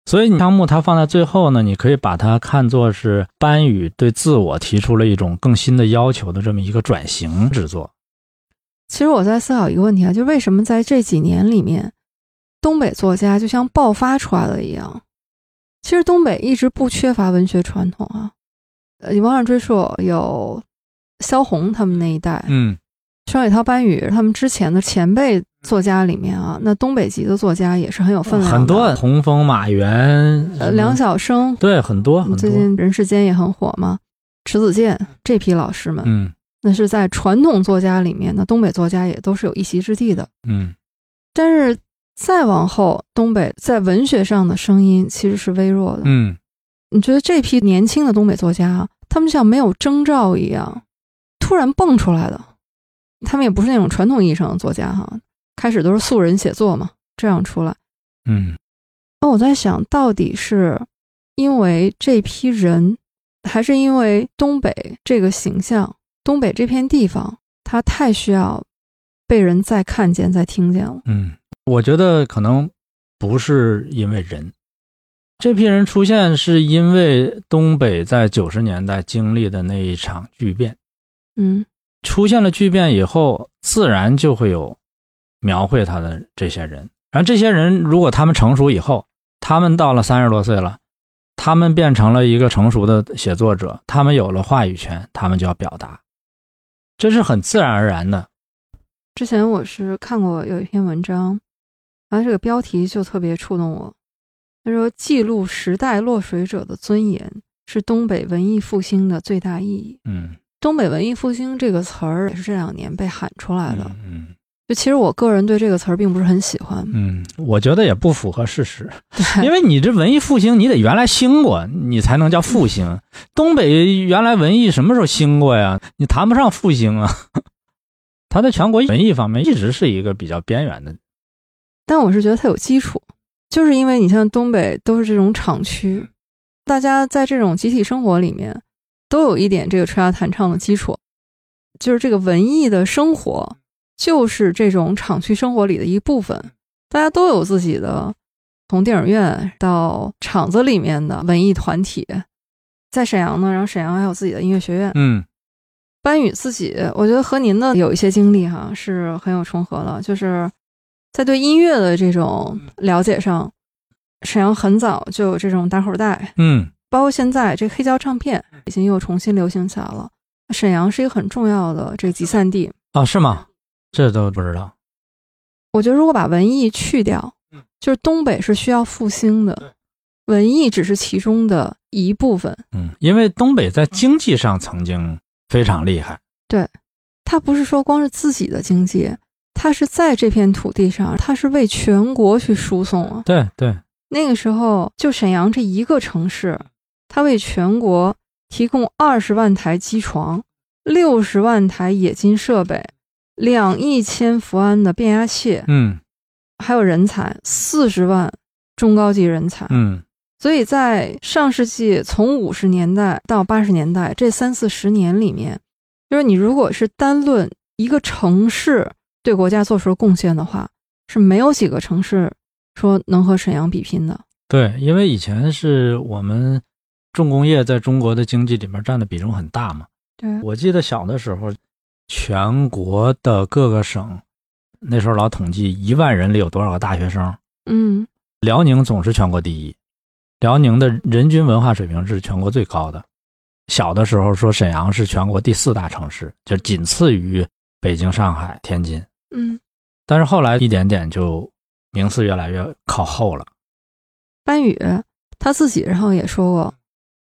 B: 所以你项目它放在最后呢，你可以把它看作是班宇对自我提出了一种更新的要求的这么一个转型之作。
A: 其实我在思考一个问题啊，就为什么在这几年里面，东北作家就像爆发出来了一样？其实东北一直不缺乏文学传统啊，呃，你往上追溯有萧红他们那一代，
B: 嗯，
A: 双雪涛、班宇他们之前的前辈作家里面啊，那东北籍的作家也是很有分量的，
B: 嗯哦很多红枫、马原、
A: 呃，梁晓声，
B: 对很多哦很
A: 最
B: 多，
A: 近人世间也很火嘛，迟子建这批老师们，
B: 嗯
A: 那是在传统作家里面，那东北作家也都是有一席之地的。
B: 嗯，
A: 但是再往后，东北在文学上的声音其实是微弱的。
B: 嗯，
A: 你觉得这批年轻的东北作家啊，他们像没有征兆一样突然蹦出来的，他们也不是那种传统意义上的作家哈，开始都是素人写作嘛，这样出来。
B: 嗯，
A: 那我在想，到底是因为这批人，还是因为东北这个形象，东北这片地方，它太需要被人再看见、再听见了？
B: 嗯，我觉得可能不是因为人，这批人出现是因为东北在九十年代经历的那一场巨变。
A: 嗯
B: 出现了巨变以后，自然就会有描绘他的这些人。然后这些人，如果他们成熟以后，他们到了三十多岁了，他们变成了一个成熟的写作者，他们有了话语权，他们就要表达，这是很自然而然的。
A: 之前我是看过有一篇文章，然后这个标题就特别触动我。他说：“记录时代落水者的尊严是东北文艺复兴的最大意义。”
B: 嗯，
A: 东北文艺复兴这个词儿也是这两年被喊出来的。
B: 嗯
A: 就其实我个人对这个词儿并不是很喜欢，
B: 嗯，我觉得也不符合事实，
A: 对
B: 因为你这文艺复兴，你得原来兴过，你才能叫复兴。东北原来文艺什么时候兴过呀？你谈不上复兴啊。 它在全国文艺方面一直是一个比较边缘的。
A: 但我是觉得它有基础，就是因为你像东北都是这种厂区，大家在这种集体生活里面都有一点这个吹拉弹唱的基础，就是这个文艺的生活就是这种厂区生活里的一部分，大家都有自己的，从电影院到厂子里面的文艺团体。在沈阳呢，然后沈阳还有自己的音乐学院。
B: 嗯
A: 班宇自己，我觉得和您的有一些经历哈是很有重合的，就是在对音乐的这种
B: 嗯
A: 了解上，沈阳很早就有这种打口袋，
B: 嗯
A: 包括现在这黑胶唱片已经又重新流行起来了。沈阳是一个很重要的这个集散地，
B: 啊，是吗？这都不知道。
A: 我觉得如果把文艺去掉
B: 嗯，
A: 就是东北是需要复兴
B: 对
A: 的，文艺只是其中的一部分，
B: 嗯，因为东北在经济上曾经非常厉害。
A: 它不是说光是自己的经济。它是在这片土地上，它是为全国去输送啊！
B: 对对，
A: 那个时候，就沈阳这一个城市，它为全国提供二十万台机床、六十万台冶金设备、两亿千伏安的变压器，
B: 嗯
A: 还有人才四十万中高级人才。
B: 嗯
A: 所以在上世纪从五十年代到八十年代这三四十年里面，就是你如果是单论一个城市对国家做出的贡献的话，是没有几个城市说能和沈阳比拼的。
B: 对，因为以前是我们重工业在中国的经济里面占的比重很大嘛。
A: 对，
B: 我记得小的时候，全国的各个省，那时候老统计一万人里有多少个大学生。
A: 嗯，
B: 辽宁总是全国第一，辽宁的人均文化水平是全国最高的。小的时候说沈阳是全国第四大城市，就仅次于北京、上海、天津。
A: 嗯，
B: 但是后来一点点就名次越来越靠后了。
A: 班宇他自己然后也说过，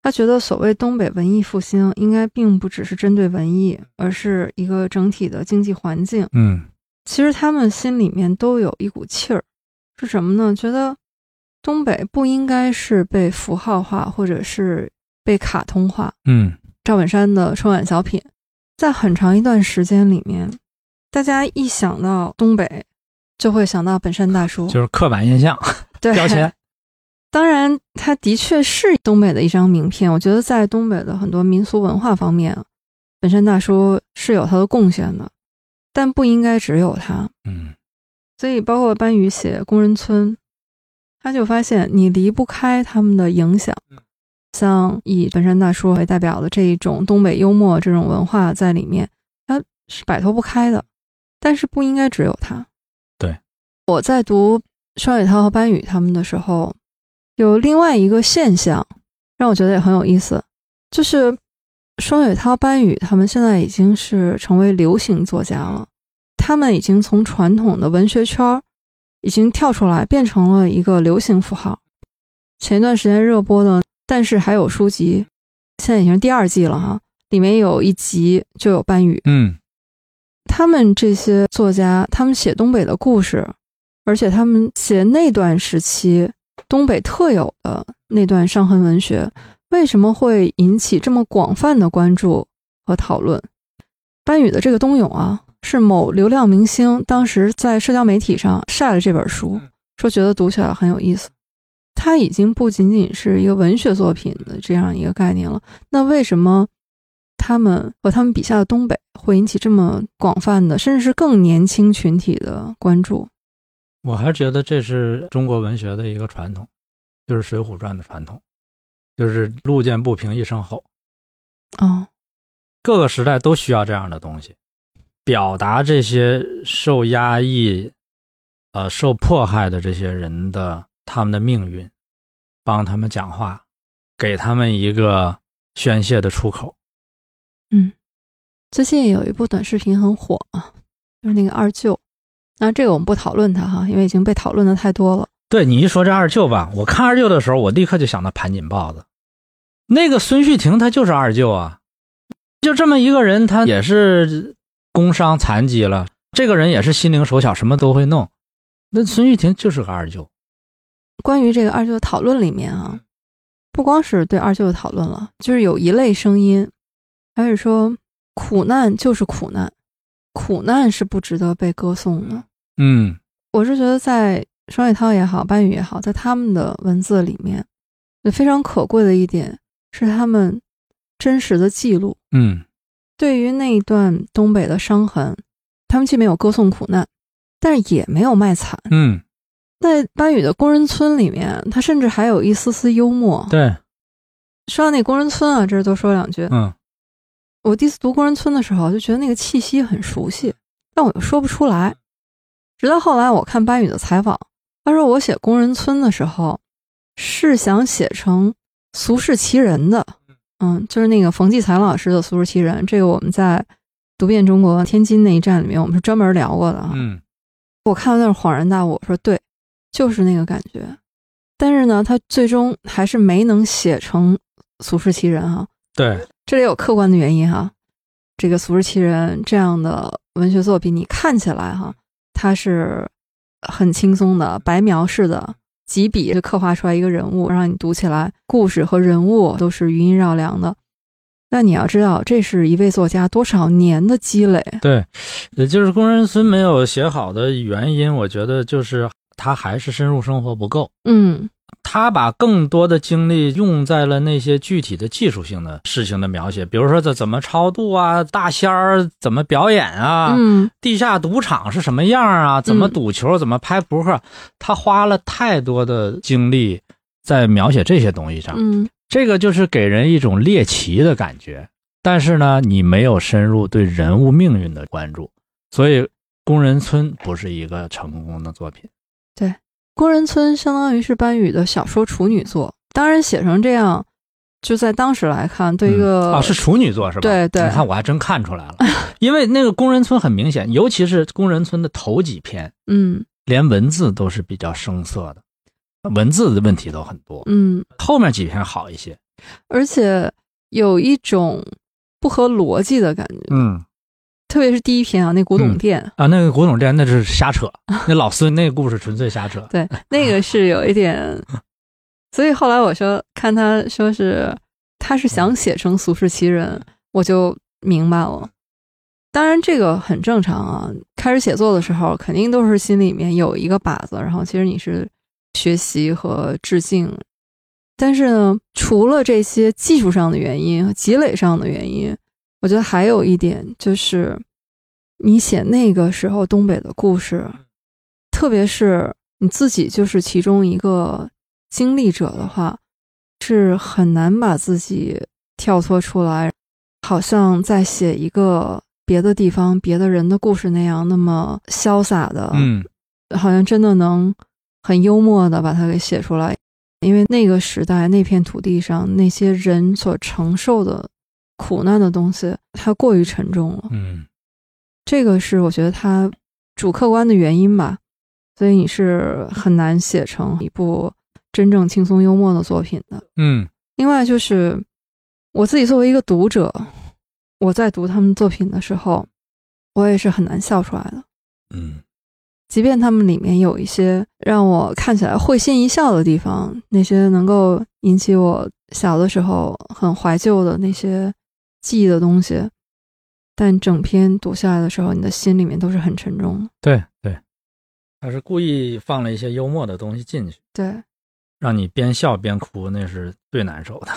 A: 他觉得所谓东北文艺复兴，应该并不只是针对文艺，而是一个整体的经济环境。
B: 嗯
A: 其实他们心里面都有一股气儿，是什么呢？觉得东北不应该是被符号化，或者是被卡通化。
B: 嗯
A: 赵本山的春晚小品，在很长一段时间里面，大家一想到东北，就会想到本山大叔，
B: 嗯就是刻板印象
A: 对
B: 标签。
A: 当然，它的确是东北的一张名片。我觉得在东北的很多民俗文化方面，本山大叔是有他的贡献的，但不应该只有他。
B: 嗯，
A: 所以包括班宇写《工人村》，他就发现你离不开他们的影响
B: 嗯。
A: 像以本山大叔为代表的这一种东北幽默这种文化在里面，它是摆脱不开的。但是不应该只有他。
B: 对，
A: 我在读双雪涛和班宇他们的时候，有另外一个现象让我觉得也很有意思，就是双雪涛、班宇他们现在已经是成为流行作家了，他们已经从传统的文学圈儿已经跳出来，变成了一个流行符号。前一段时间热播的，但是还有书籍，现在已经是第二季了哈，里面有一集就有班宇，
B: 嗯，
A: 他们这些作家，他们写东北的故事，而且他们写那段时期东北特有的那段伤痕文学，为什么会引起这么广泛的关注和讨论？班宇的这个《冬泳》啊，是某流量明星当时在社交媒体上晒了这本书，说觉得读起来很有意思。它已经不仅仅是一个文学作品的这样一个概念了，那为什么他们和他们笔下的东北会引起这么广泛的，甚至是更年轻群体的关注？
B: 我还觉得这是中国文学的一个传统，就是《水浒传》的传统，就是路见不平一声吼，
A: 哦，
B: 各个时代都需要这样的东西，表达这些受压抑、呃受迫害的这些人的他们的命运，帮他们讲话，给他们一个宣泄的出口。
A: 最近有一部短视频很火啊，就是那个二舅。那这个我们不讨论它哈，因为已经被讨论的太多了。
B: 对你一说这二舅吧，我看二舅的时候，我立刻就想到盘锦豹子，那个孙旭婷他就是二舅啊，就这么一个人，他也是工伤残疾了，这个人也是心灵手巧，什么都会弄，那孙旭婷就是个二舅。
A: 关于这个二舅的讨论里面啊，不光是对二舅的讨论了，就是有一类声音，还是说苦难就是苦难，苦难是不值得被歌颂的。
B: 嗯，
A: 我是觉得在双雪涛也好，班宇也好，在他们的文字里面，非常可贵的一点是他们真实的记录。
B: 嗯
A: 对于那一段东北的伤痕，他们既没有歌颂苦难，但是也没有卖惨。
B: 嗯，
A: 在班宇的工人村里面，他甚至还有一丝丝幽默。
B: 对，
A: 说到那工人村啊，这儿多说两句。
B: 嗯
A: 我第一次读工人村的时候，就觉得那个气息很熟悉，但我又说不出来。直到后来我看班宇的采访，他说我写工人村的时候是想写成俗世奇人的，嗯，就是那个冯骥才老师的《俗世奇人》，这个我们在读遍中国天津那一站里面，我们是专门聊过的啊。
B: 嗯
A: 我看到那儿恍然大悟，我说对，就是那个感觉。但是呢，他最终还是没能写成《俗世奇人》啊哈、
B: 对，
A: 这里有客观的原因哈。这个《俗世奇人》这样的文学作品，你看起来哈，它是很轻松的、白描式的，几笔就刻画出来一个人物，让你读起来故事和人物都是余音绕梁的。但你要知道，这是一位作家多少年的积累。
B: 也就是工人村没有写好的原因，我觉得就是他还是深入生活不够，
A: 嗯，
B: 他把更多的精力用在了那些具体的技术性的事情的描写，比如说这怎么超度啊，大仙儿怎么表演啊，
A: 嗯，
B: 地下赌场是什么样啊，怎么赌球，怎么拍扑克，他花了太多的精力在描写这些东西上。
A: 嗯，
B: 这个就是给人一种猎奇的感觉，但是呢，你没有深入对人物命运的关注，所以《工人村》不是一个成功的作品。
A: 工人村相当于是班宇的小说处女作，当然写成这样，就在当时来看，对一个、
B: 嗯啊是处女座是吧？
A: 对对
B: 你看我还真看出来了， 因为那个《工人村》很明显，尤其是《工人村》的头几篇，
A: 嗯
B: 连文字都是比较生涩的，文字的问题都很多。
A: 嗯，
B: 后面几篇好一些，
A: 而且有一种不合逻辑的感觉，
B: 嗯
A: 特别是第一篇啊，那古董店，
B: 啊，那个古董店那是瞎扯，那老孙那个故事纯粹 瞎扯。
A: 对，那个是有一点，所以后来我说看他说是他是想写成《俗世奇人》，我就明白了。当然，这个很正常啊。开始写作的时候，肯定都是心里面有一个靶子，然后其实你是学习和致敬。但是呢，除了这些技术上的原因和积累上的原因，我觉得还有一点就是，你写那个时候东北的故事，特别是你自己就是其中一个经历者的话，是很难把自己跳脱出来，好像在写一个别的地方、别的人的故事那样那么潇洒的，
B: 嗯，
A: 好像真的能很幽默的把它给写出来，因为那个时代、那片土地上那些人所承受的苦难的东西，它过于沉重了。
B: 嗯
A: 这个是我觉得它主客观的原因吧，所以你是很难写成一部真正轻松幽默的作品的。
B: 嗯
A: 另外就是我自己作为一个读者，我在读他们作品的时候，我也是很难笑出来的。
B: 嗯
A: 即便他们里面有一些让我看起来会心一笑的地方，那些能够引起我小的时候很怀旧的那些记忆的东西，但整篇读下来的时候，你的心里面都是很沉重的。
B: 对对，他是故意放了一些幽默的东西进去，
A: 对，
B: 让你边笑边哭，那是最难受的。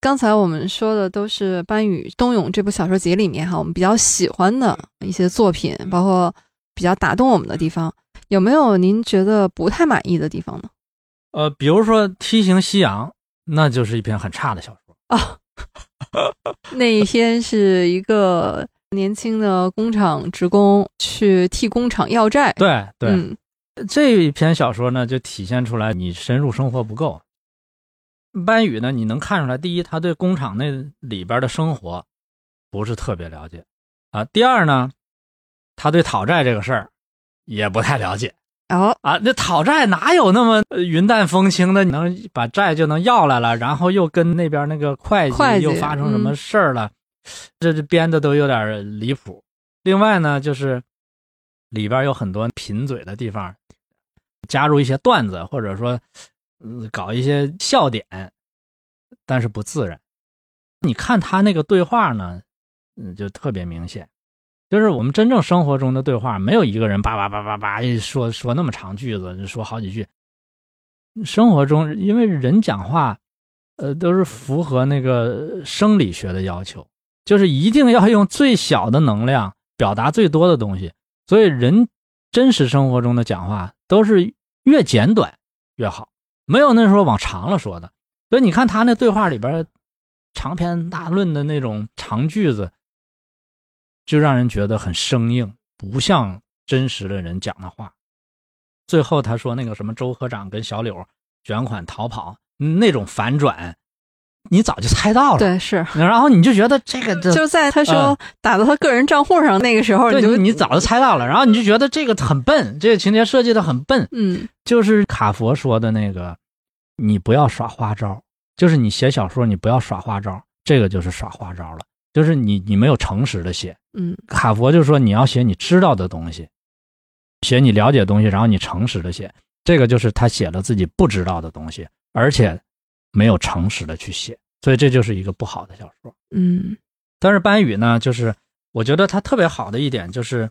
A: 刚才我们说的都是班宇《冬泳》这部小说集里面哈，我们比较喜欢的一些作品，包括比较打动我们的地方，有没有您觉得不太满意的地方呢？
B: 呃，比如说《梯形夕阳》，那就是一篇很差的小说。
A: 啊，那一篇是一个年轻的工厂职工去替工厂要债。
B: 对对，
A: 嗯，
B: 这一篇小说呢，就体现出来你深入生活不够。班宇呢，你能看出来，第一，他对工厂那里边的生活不是特别了解啊；第二呢，他对讨债这个事儿也不太了解
A: 然后
B: 啊。那讨债哪有那么呃云淡风轻的，能把债就能要来了，然后又跟那边那个会
A: 会
B: 计
A: 计
B: 又发生什么
A: 嗯
B: 事儿了？这这编的都有点离谱。另外呢，就是里边有很多贫嘴的地方，加入一些段子，或者说、嗯搞一些笑点，但是不自然。你看他那个对话呢，嗯，就特别明显，就是我们真正生活中的对话，没有一个人叭叭叭叭叭一说说那么长句子，说好几句。生活中，因为人讲话，呃，都是符合那个生理学的要求，就是一定要用最小的能量表达最多的东西。所以人真实生活中的讲话都是越简短越好，没有那时候往长了说的。所以你看他那对话里边长篇大论的那种长句子，就让人觉得很生硬，不像真实的人讲的话。最后他说那个什么周科长跟小柳卷款逃跑嗯那种反转，你早就猜到了。
A: 对，是，
B: 然后你就觉得这个这
A: 就是在他说打到他个人账户上那个时候，
B: 嗯对
A: 你就
B: 你你早就猜到了，然后你就觉得这个很笨，这个情节设计的很笨，
A: 嗯
B: 就是卡佛说的那个，你不要耍花招，就是你写小说你不要耍花招，这个就是耍花招了，就是你你没有诚实的写。
A: 嗯
B: 卡佛就说你要写你知道的东西，写你了解的东西，然后你诚实的写，这个就是他写了自己不知道的东西，而且没有诚实的去写，所以这就是一个不好的小说。
A: 嗯
B: 但是班宇呢，就是我觉得他特别好的一点就是，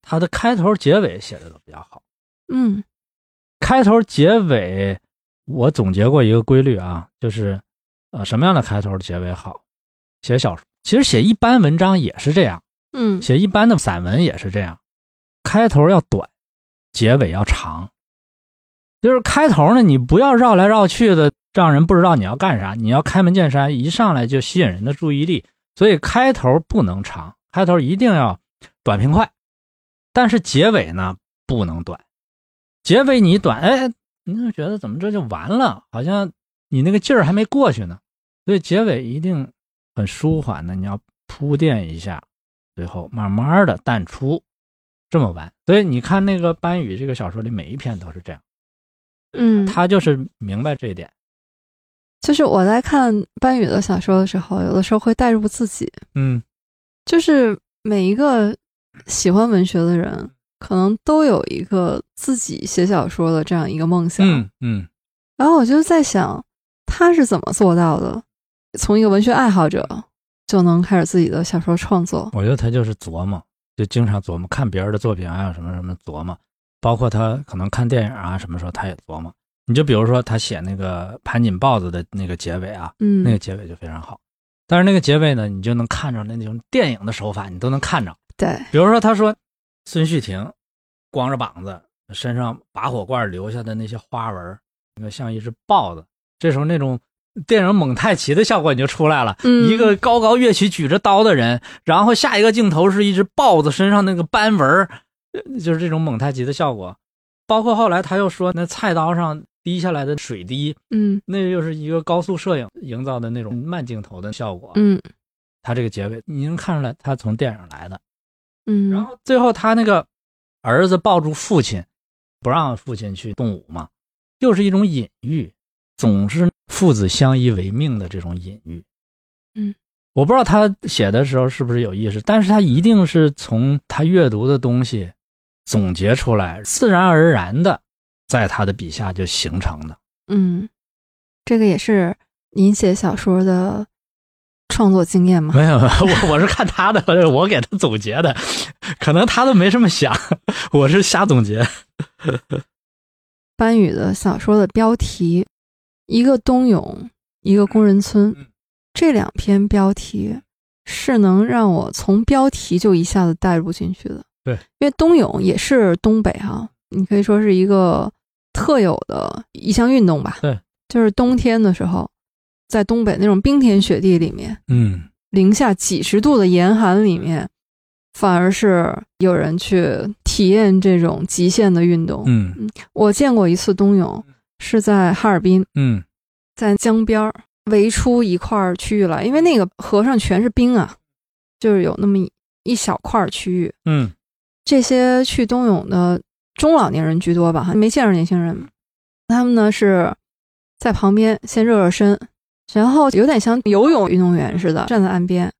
B: 他的开头结尾写的都比较好。
A: 嗯
B: 开头结尾，我总结过一个规律啊，就是呃什么样的开头结尾好？写小说，其实写一般文章也是这样，
A: 嗯
B: 写一般的散文也是这样，开头要短，结尾要长。就是开头呢，你不要绕来绕去的，让人不知道你要干啥。你要开门见山，一上来就吸引人的注意力。所以开头不能长，开头一定要短平快。但是结尾呢，不能短。结尾你短，哎，你就觉得怎么这就完了？好像你那个劲儿还没过去呢。所以结尾一定很舒缓的，你要铺垫一下，最后慢慢的淡出，这么完。所以你看那个班宇这个小说里每一篇都是这样，
A: 嗯，
B: 他就是明白这一点。
A: 就是我在看班宇的小说的时候，有的时候会带入自己，
B: 嗯
A: 就是每一个喜欢文学的人，可能都有一个自己写小说的这样一个梦想。
B: 嗯嗯
A: 然后我就在想，他是怎么做到的？从一个文学爱好者就能开始自己的小说创作。
B: 我觉得他就是琢磨，就经常琢磨看别人的作品啊，什么什么琢磨，包括他可能看电影啊，什么时候他也琢磨。你就比如说他写那个盘锦豹子的那个结尾啊，
A: 嗯，
B: 那个结尾就非常好。但是那个结尾呢，你就能看着那种电影的手法，你都能看着。
A: 对，
B: 比如说，他说孙旭婷光着膀子，身上拔火罐留下的那些花纹，那个像一只豹子。这时候那种电影蒙太奇的效果你就出来了，
A: 嗯
B: 一个高高跃起举着刀的人，然后下一个镜头是一只豹子身上那个斑纹儿，呃就是这种蒙太奇的效果。包括后来他又说，那菜刀上滴下来的水滴，
A: 嗯
B: 那又是一个高速摄影营造的那种慢镜头的效果。
A: 嗯
B: 他这个结尾你能看出来，他从电影来的。
A: 嗯，
B: 然后最后他那个儿子抱住父亲，不让父亲去动武嘛，又是一种隐喻，总是父子相依为命的这种隐喻。
A: 嗯，
B: 我不知道他写的时候是不是有意识，但是他一定是从他阅读的东西总结出来，自然而然的在他的笔下就形成 的。
A: 嗯，这个也是您写小说的创作经验嘛？
B: 没有，我我是看他的，我给他总结的，可能他都没这么想，我是瞎总结。
A: 班宇的小说的标题，一个冬泳，一个工人村
B: 嗯，
A: 这两篇标题是能让我从标题就一下子带入进去的。
B: 对，
A: 因为冬泳也是东北哈、你可以说是一个特有的一项运动吧。
B: 对，
A: 就是冬天的时候，在东北那种冰天雪地里面，
B: 嗯。
A: 零下几十度的严寒里面，反而是有人去体验这种极限的运动。
B: 嗯
A: 我见过一次冬泳，是在哈尔滨，
B: 嗯
A: 在江边儿围出一块儿区域来，因为那个河上全是冰啊，就是有那么一一小块儿区域。
B: 嗯
A: 这些去冬泳的中老年人居多吧，没见着年轻人。他们呢是在旁边先热热身，然后有点像游泳运动员似的，站在岸边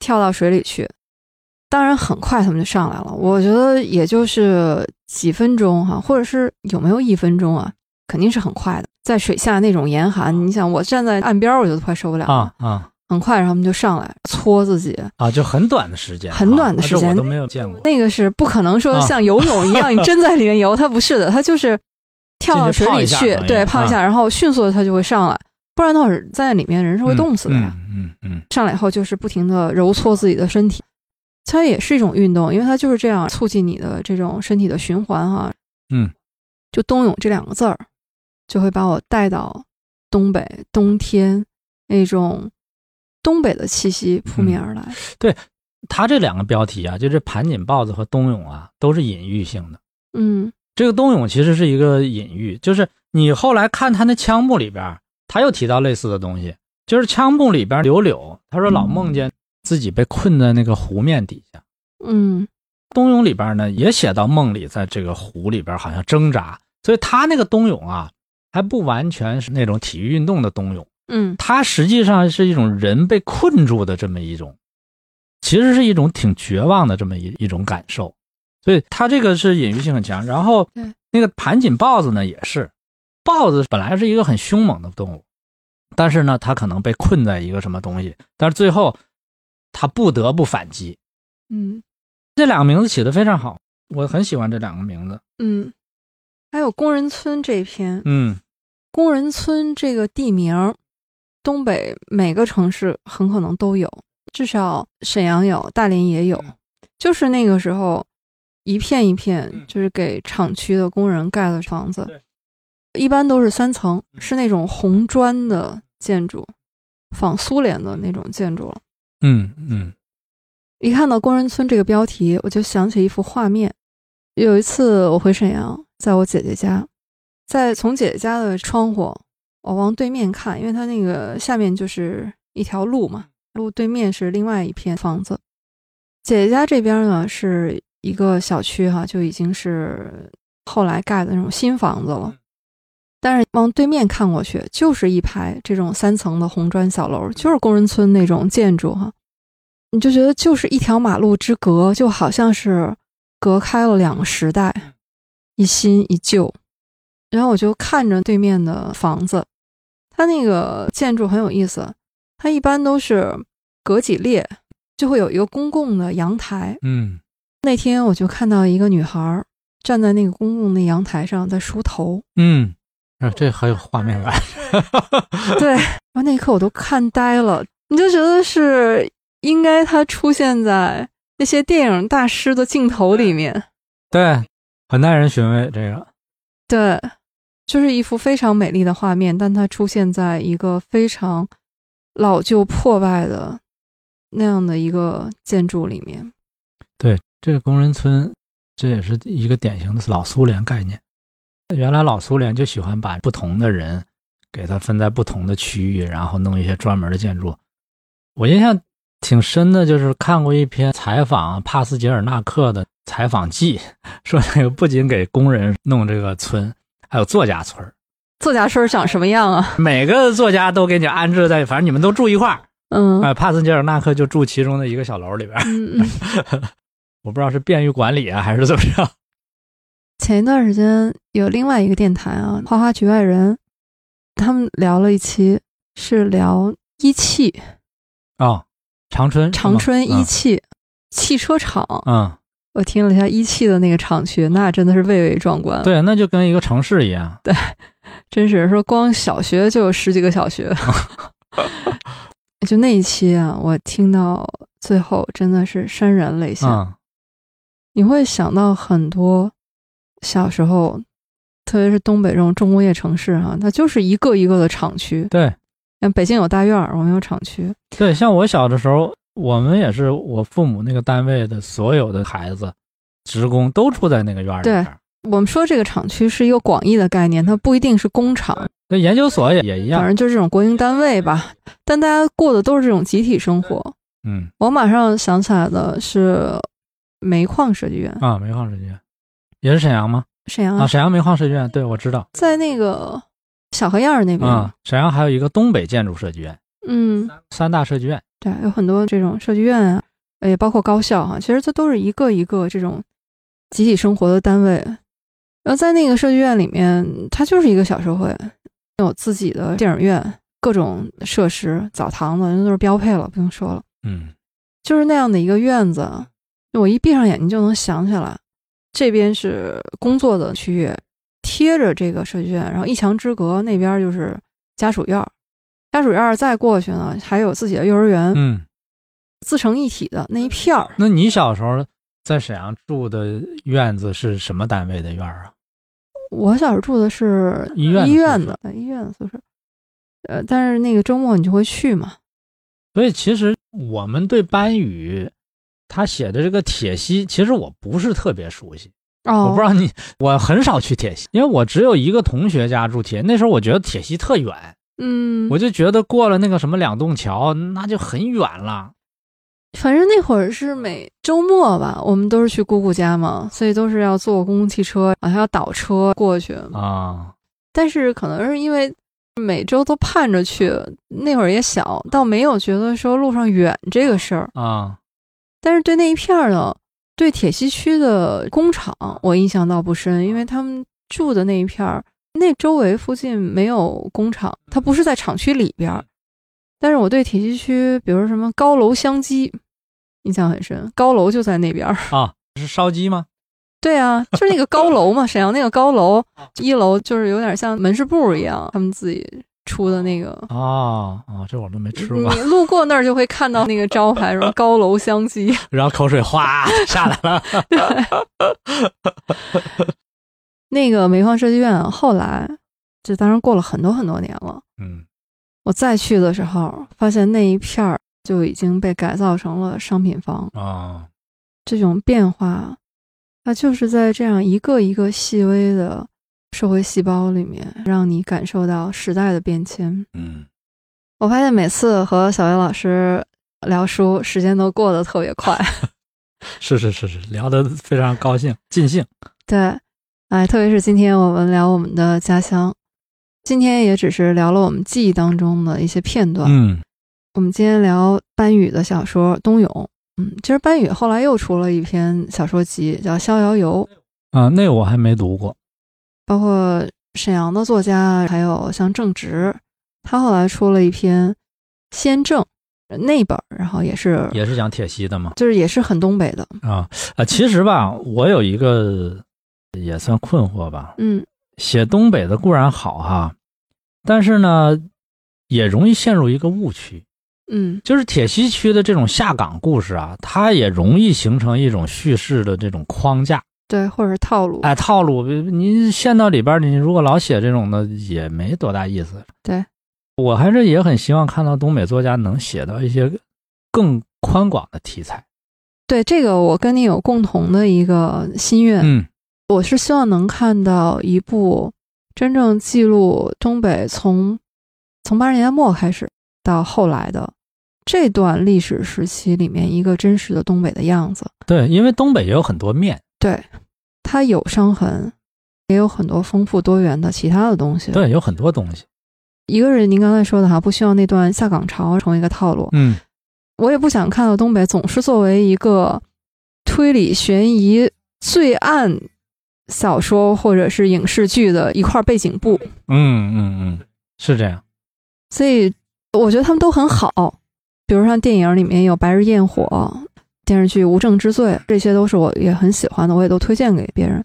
A: 跳到水里去。当然，很快他们就上来了。我觉得也就是几分钟哈、或者是有没有一分钟啊，肯定是很快的。在水下那种严寒，你想我站在岸边，我就快受不了了。
B: 啊啊
A: 很快，然后他们就上来搓自己，
B: 啊！就很短的时间，
A: 很短的
B: 啊
A: 时间
B: 这我都没有见过。
A: 那个是不可能说
B: 啊
A: 像游泳一样，你真在里面 游，它不是的，它就是跳到水里
B: 进去泡一
A: 去
B: 下哎啊等，于
A: 对，泡一下，然后迅速的它就会上来，不然的话在里面人是会冻死的呀。
B: 嗯嗯嗯
A: 上来以后就是不停的揉搓自己的身体，它也是一种运动，因为它就是这样促进你的这种身体的循环哈、
B: 嗯，
A: 就冬泳这两个字儿，就会把我带到东北冬天那种东北的气息扑
B: 嗯
A: 面而来。
B: 他这两个标题啊，就是盘锦豹子和冬泳啊，都是隐喻性的。
A: 嗯
B: 这个冬泳其实是一个隐喻，就是你后来看他那枪木里边，他又提到类似的东西，就是枪木里边柳柳，他说老梦见自己被困在那个湖面底下。
A: 嗯
B: 冬泳里边呢，也写到梦里在这个湖里边好像挣扎，所以他那个冬泳啊，还不完全是那种体育运动的冬泳。
A: 嗯
B: 它实际上是一种人被困住的这么一种，其实是一种挺绝望的这么一一种感受，所以它这个是隐喻性很强。然后
A: 对
B: 那个盘锦豹子呢，也是，豹子本来是一个很凶猛的动物，但是呢，它可能被困在一个什么东西，但是最后它不得不反击。
A: 嗯
B: 这两个名字起得非常好，我很喜欢这两个名字。
A: 嗯，还有工人村这篇，
B: 嗯
A: 工人村这个地名儿，东北每个城市很可能都有，至少沈阳有，大连也有
B: 嗯。
A: 就是那个时候，一片一片
B: 嗯，
A: 就是给厂区的工人盖的房子
B: 对，
A: 一般都是三层，
B: 嗯
A: 是那种红砖的建筑，仿苏联的那种建筑了。
B: 嗯嗯
A: 一看到“工人村”这个标题，我就想起一幅画面。有一次我回沈阳，在我姐姐家，在从姐姐家的窗户，我往对面看，因为它那个下面就是一条路嘛，路对面是另外一片房子。姐姐家这边呢是一个小区哈、就已经是后来盖的那种新房子了
B: 嗯。
A: 但是往对面看过去，就是一排这种三层的红砖小楼，就是工人村那种建筑哈、你就觉得就是一条马路之隔，就好像是隔开了两个时代，一新一旧。然后我就看着对面的房子，它那个建筑很有意思，它一般都是隔几列就会有一个公共的阳台。
B: 嗯
A: 那天我就看到一个女孩儿站在那个公共的阳台上在梳头，
B: 嗯，啊，这很有画面感。
A: 对，然后那一刻我都看呆了，你就觉得是应该它出现在那些电影大师的镜头里面。
B: 对，很耐人寻味。这个，
A: 对，就是一幅非常美丽的画面，但它出现在一个非常老旧破败的那样的一个建筑里面。
B: 对，这个工人村，这也是一个典型的老苏联概念。原来老苏联就喜欢把不同的人给他分在不同的区域，然后弄一些专门的建筑。我印象挺深的，就是看过一篇采访帕斯捷尔纳克的采访记，说那个不仅给工人弄这个村，还有作家村儿
A: 作家村长什么样啊？
B: 每个作家都给你安置在，反正你们都住一块儿。
A: 嗯
B: 啊，帕斯捷尔纳克就住其中的一个小楼里边儿，
A: 嗯，嗯
B: 我不知道是便于管理啊，还是怎么样。
A: 前一段时间有另外一个电台啊，《花花局外人》，他们聊了一期，是聊一汽
B: 哦，长春，
A: 长春一
B: 一，
A: 汽、汽车厂。
B: 嗯，
A: 我听了一下一汽的那个厂区，那真的是蔚为壮观。
B: 对，那就跟一个城市一样。
A: 真是说光小学就有十几个小学，就那一期啊，我听到最后真的是潸然泪下。
B: 嗯，
A: 你会想到很多小时候，特别是东北这种重工业城市哈、它就是一个一个的厂区。
B: 对
A: 像北京有大院儿，我们有厂区。
B: 对，像我小的时候，我们也是我父母那个单位的所有的孩子、职工都住在那个院儿里边儿。
A: 我们说这个厂区是一个广义的概念，它不一定是工厂，
B: 那研究所也也
A: 反
B: 一样。
A: 正就是这种国营单位吧。但大家过的都是这种集体生活。
B: 嗯
A: 我马上想起来的是煤矿设计院，
B: 啊，煤矿设计院也是沈阳吗？
A: 沈阳
B: 啊，沈阳煤矿设计院，对我知道。
A: 在那个小河沿儿那边，
B: 啊，沈阳还有一个东北建筑设计院，
A: 嗯，
B: 三大设计院。
A: 对，有很多这种设计院啊，也包括高校哈、啊其实这都是一个一个这种集体生活的单位。然后在那个设计院里面，它就是一个小社会，有自己的电影院、各种设施、澡堂子，那都是标配了，不用说了，
B: 嗯，
A: 就是那样的一个院子。我一闭上眼睛就能想起来，这边是工作的区域，贴着这个设计院，然后一墙之隔那边就是家属院儿，家属院儿再过去呢，还有自己的幼儿园，
B: 嗯，
A: 自成一体的那一片儿，
B: 那你小时候在沈阳住的院子是什么单位的院儿啊？
A: 我小时候住的是
B: 医院的
A: 医院的呃医院的宿舍，呃，但是那个周末你就会去嘛，
B: 所以其实我们对班宇他写的这个铁西，其实我不是特别熟悉。
A: 哦，
B: 我不知道你，我很少去铁西，因为我只有一个同学家住铁。那时候我觉得铁西特远，
A: 嗯，
B: 我就觉得过了那个什么两栋桥，那就很远了。
A: 反正那会儿是每周末吧，我们都是去姑姑家嘛，所以都是要坐公共汽车，好像要倒车过去，
B: 啊，
A: 但是可能是因为。每周都盼着去，那会儿也小，倒没有觉得说路上远这个事儿。
B: 啊，
A: 但是对那一片儿呢，对铁西区的工厂，我印象倒不深，因为他们住的那一片儿，那周围附近没有工厂，它不是在厂区里边儿。但是我对铁西区，比如什么高楼相击，印象很深，高楼就在那边儿。
B: 是烧鸡吗？
A: 对啊，就是那个高楼嘛，沈阳那个高楼，一楼就是有点像门市部一样，他们自己出的那个。
B: 哦哦，这我都没吃
A: 你
B: 过。
A: 路过那儿就会看到那个招牌，什么高楼相击。
B: 然后口水 哗下来了。
A: 那个煤矿设计院啊后来，这当然过了很多很多年了。
B: 嗯，
A: 我再去的时候，发现那一片儿就已经被改造成了商品房。
B: 哦，
A: 这种变化，它就是在这样一个一个细微的社会细胞里面，让你感受到时代的变迁。
B: 嗯，
A: 我发现每次和小袁老师聊书，时间都过得特别快。
B: 是是是是，聊得非常高兴，尽兴。
A: 对，哎，特别是今天我们聊我们的家乡，今天也只是聊了我们记忆当中的一些片段。
B: 嗯
A: 我们今天聊班宇的小说《冬泳》。嗯，其实班宇后来又出了一篇小说集，叫《逍遥游》，
B: 啊，那我还没读过。
A: 包括沈阳的作家，还有像郑直，他后来出了一篇《先正》那本儿，然后也是
B: 也是讲铁西的吗？
A: 就是也是很东北的。
B: 啊啊，其实吧，我有一个也算困惑吧。
A: 嗯
B: 写东北的固然好哈，但是呢，也容易陷入一个误区，
A: 嗯
B: 就是铁西区的这种下岗故事啊，它也容易形成一种叙事的这种框架。
A: 对，或者是套路，
B: 哎，套路，你陷到里边儿，你如果老写这种的，也没多大意思。
A: 对，
B: 我还是也很希望看到东北作家能写到一些更宽广的题材。
A: 对这个我跟你有共同的一个心愿，
B: 嗯
A: 我是希望能看到一部真正记录东北从从八十年代末开始到后来的这段历史时期里面一个真实的东北的样子。
B: 对，因为东北也有很多面，
A: 对，它有伤痕，也有很多丰富多元的其他的东西。，
B: 对，有很多东西。
A: 一个是您刚才说的哈，不希望那段下岗潮成为一个套路。
B: 嗯，
A: 我也不想看到东北总是作为一个推理悬疑罪案小说或者是影视剧的一块背景布。
B: 嗯嗯嗯，是这样。
A: 所以我觉得他们都很好。比如像电影里面有《白日焰火》，电视剧《无证之罪》，这些都是我也很喜欢的，我也都推荐给别人。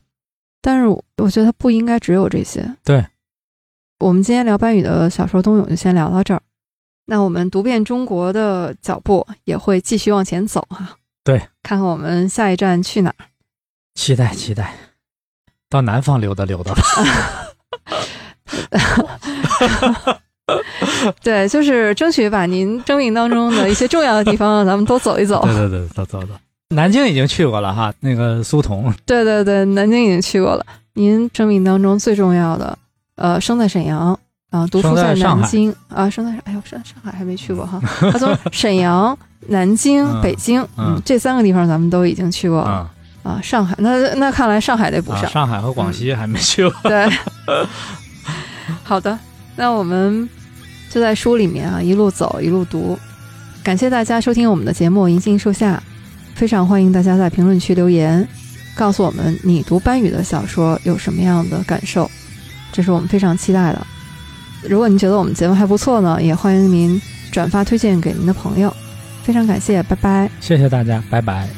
A: 但是我我觉得它不应该只有这些。
B: 对，
A: 我们今天聊班宇的小说《冬泳》就先聊到这儿。那我们读遍中国的脚步也会继续往前走哈。
B: 对，
A: 看看我们下一站去哪儿。
B: 期待期待，到南方溜达溜达吧。
A: 对，就是争取把您生命当中的一些重要的地方，咱们多走一走。
B: 对对对，走走走。南京已经去过了哈，那个苏童，
A: 对对对，南京已经去过了。您生命当中最重要的，呃，生在沈阳啊，读书
B: 生在上
A: 南
B: 海
A: 京啊，生在哎呦，上上海还没去过 哈。他从沈阳、南京、
B: 嗯
A: 北京，
B: 嗯
A: 嗯，这三个地方咱们都已经去过了
B: 啊、
A: 啊。上海，那那看来上海得补
B: 啊，
A: 上。
B: 上海和广西还没去 过。
A: 对，好的，那我们就在书里面啊，一路走一路读。感谢大家收听我们的节目《银杏树下》，非常欢迎大家在评论区留言，告诉我们你读班宇的小说有什么样的感受，这是我们非常期待的。如果您觉得我们节目还不错呢，也欢迎您转发推荐给您的朋友。非常感谢，拜拜。
B: 谢谢大家，拜拜。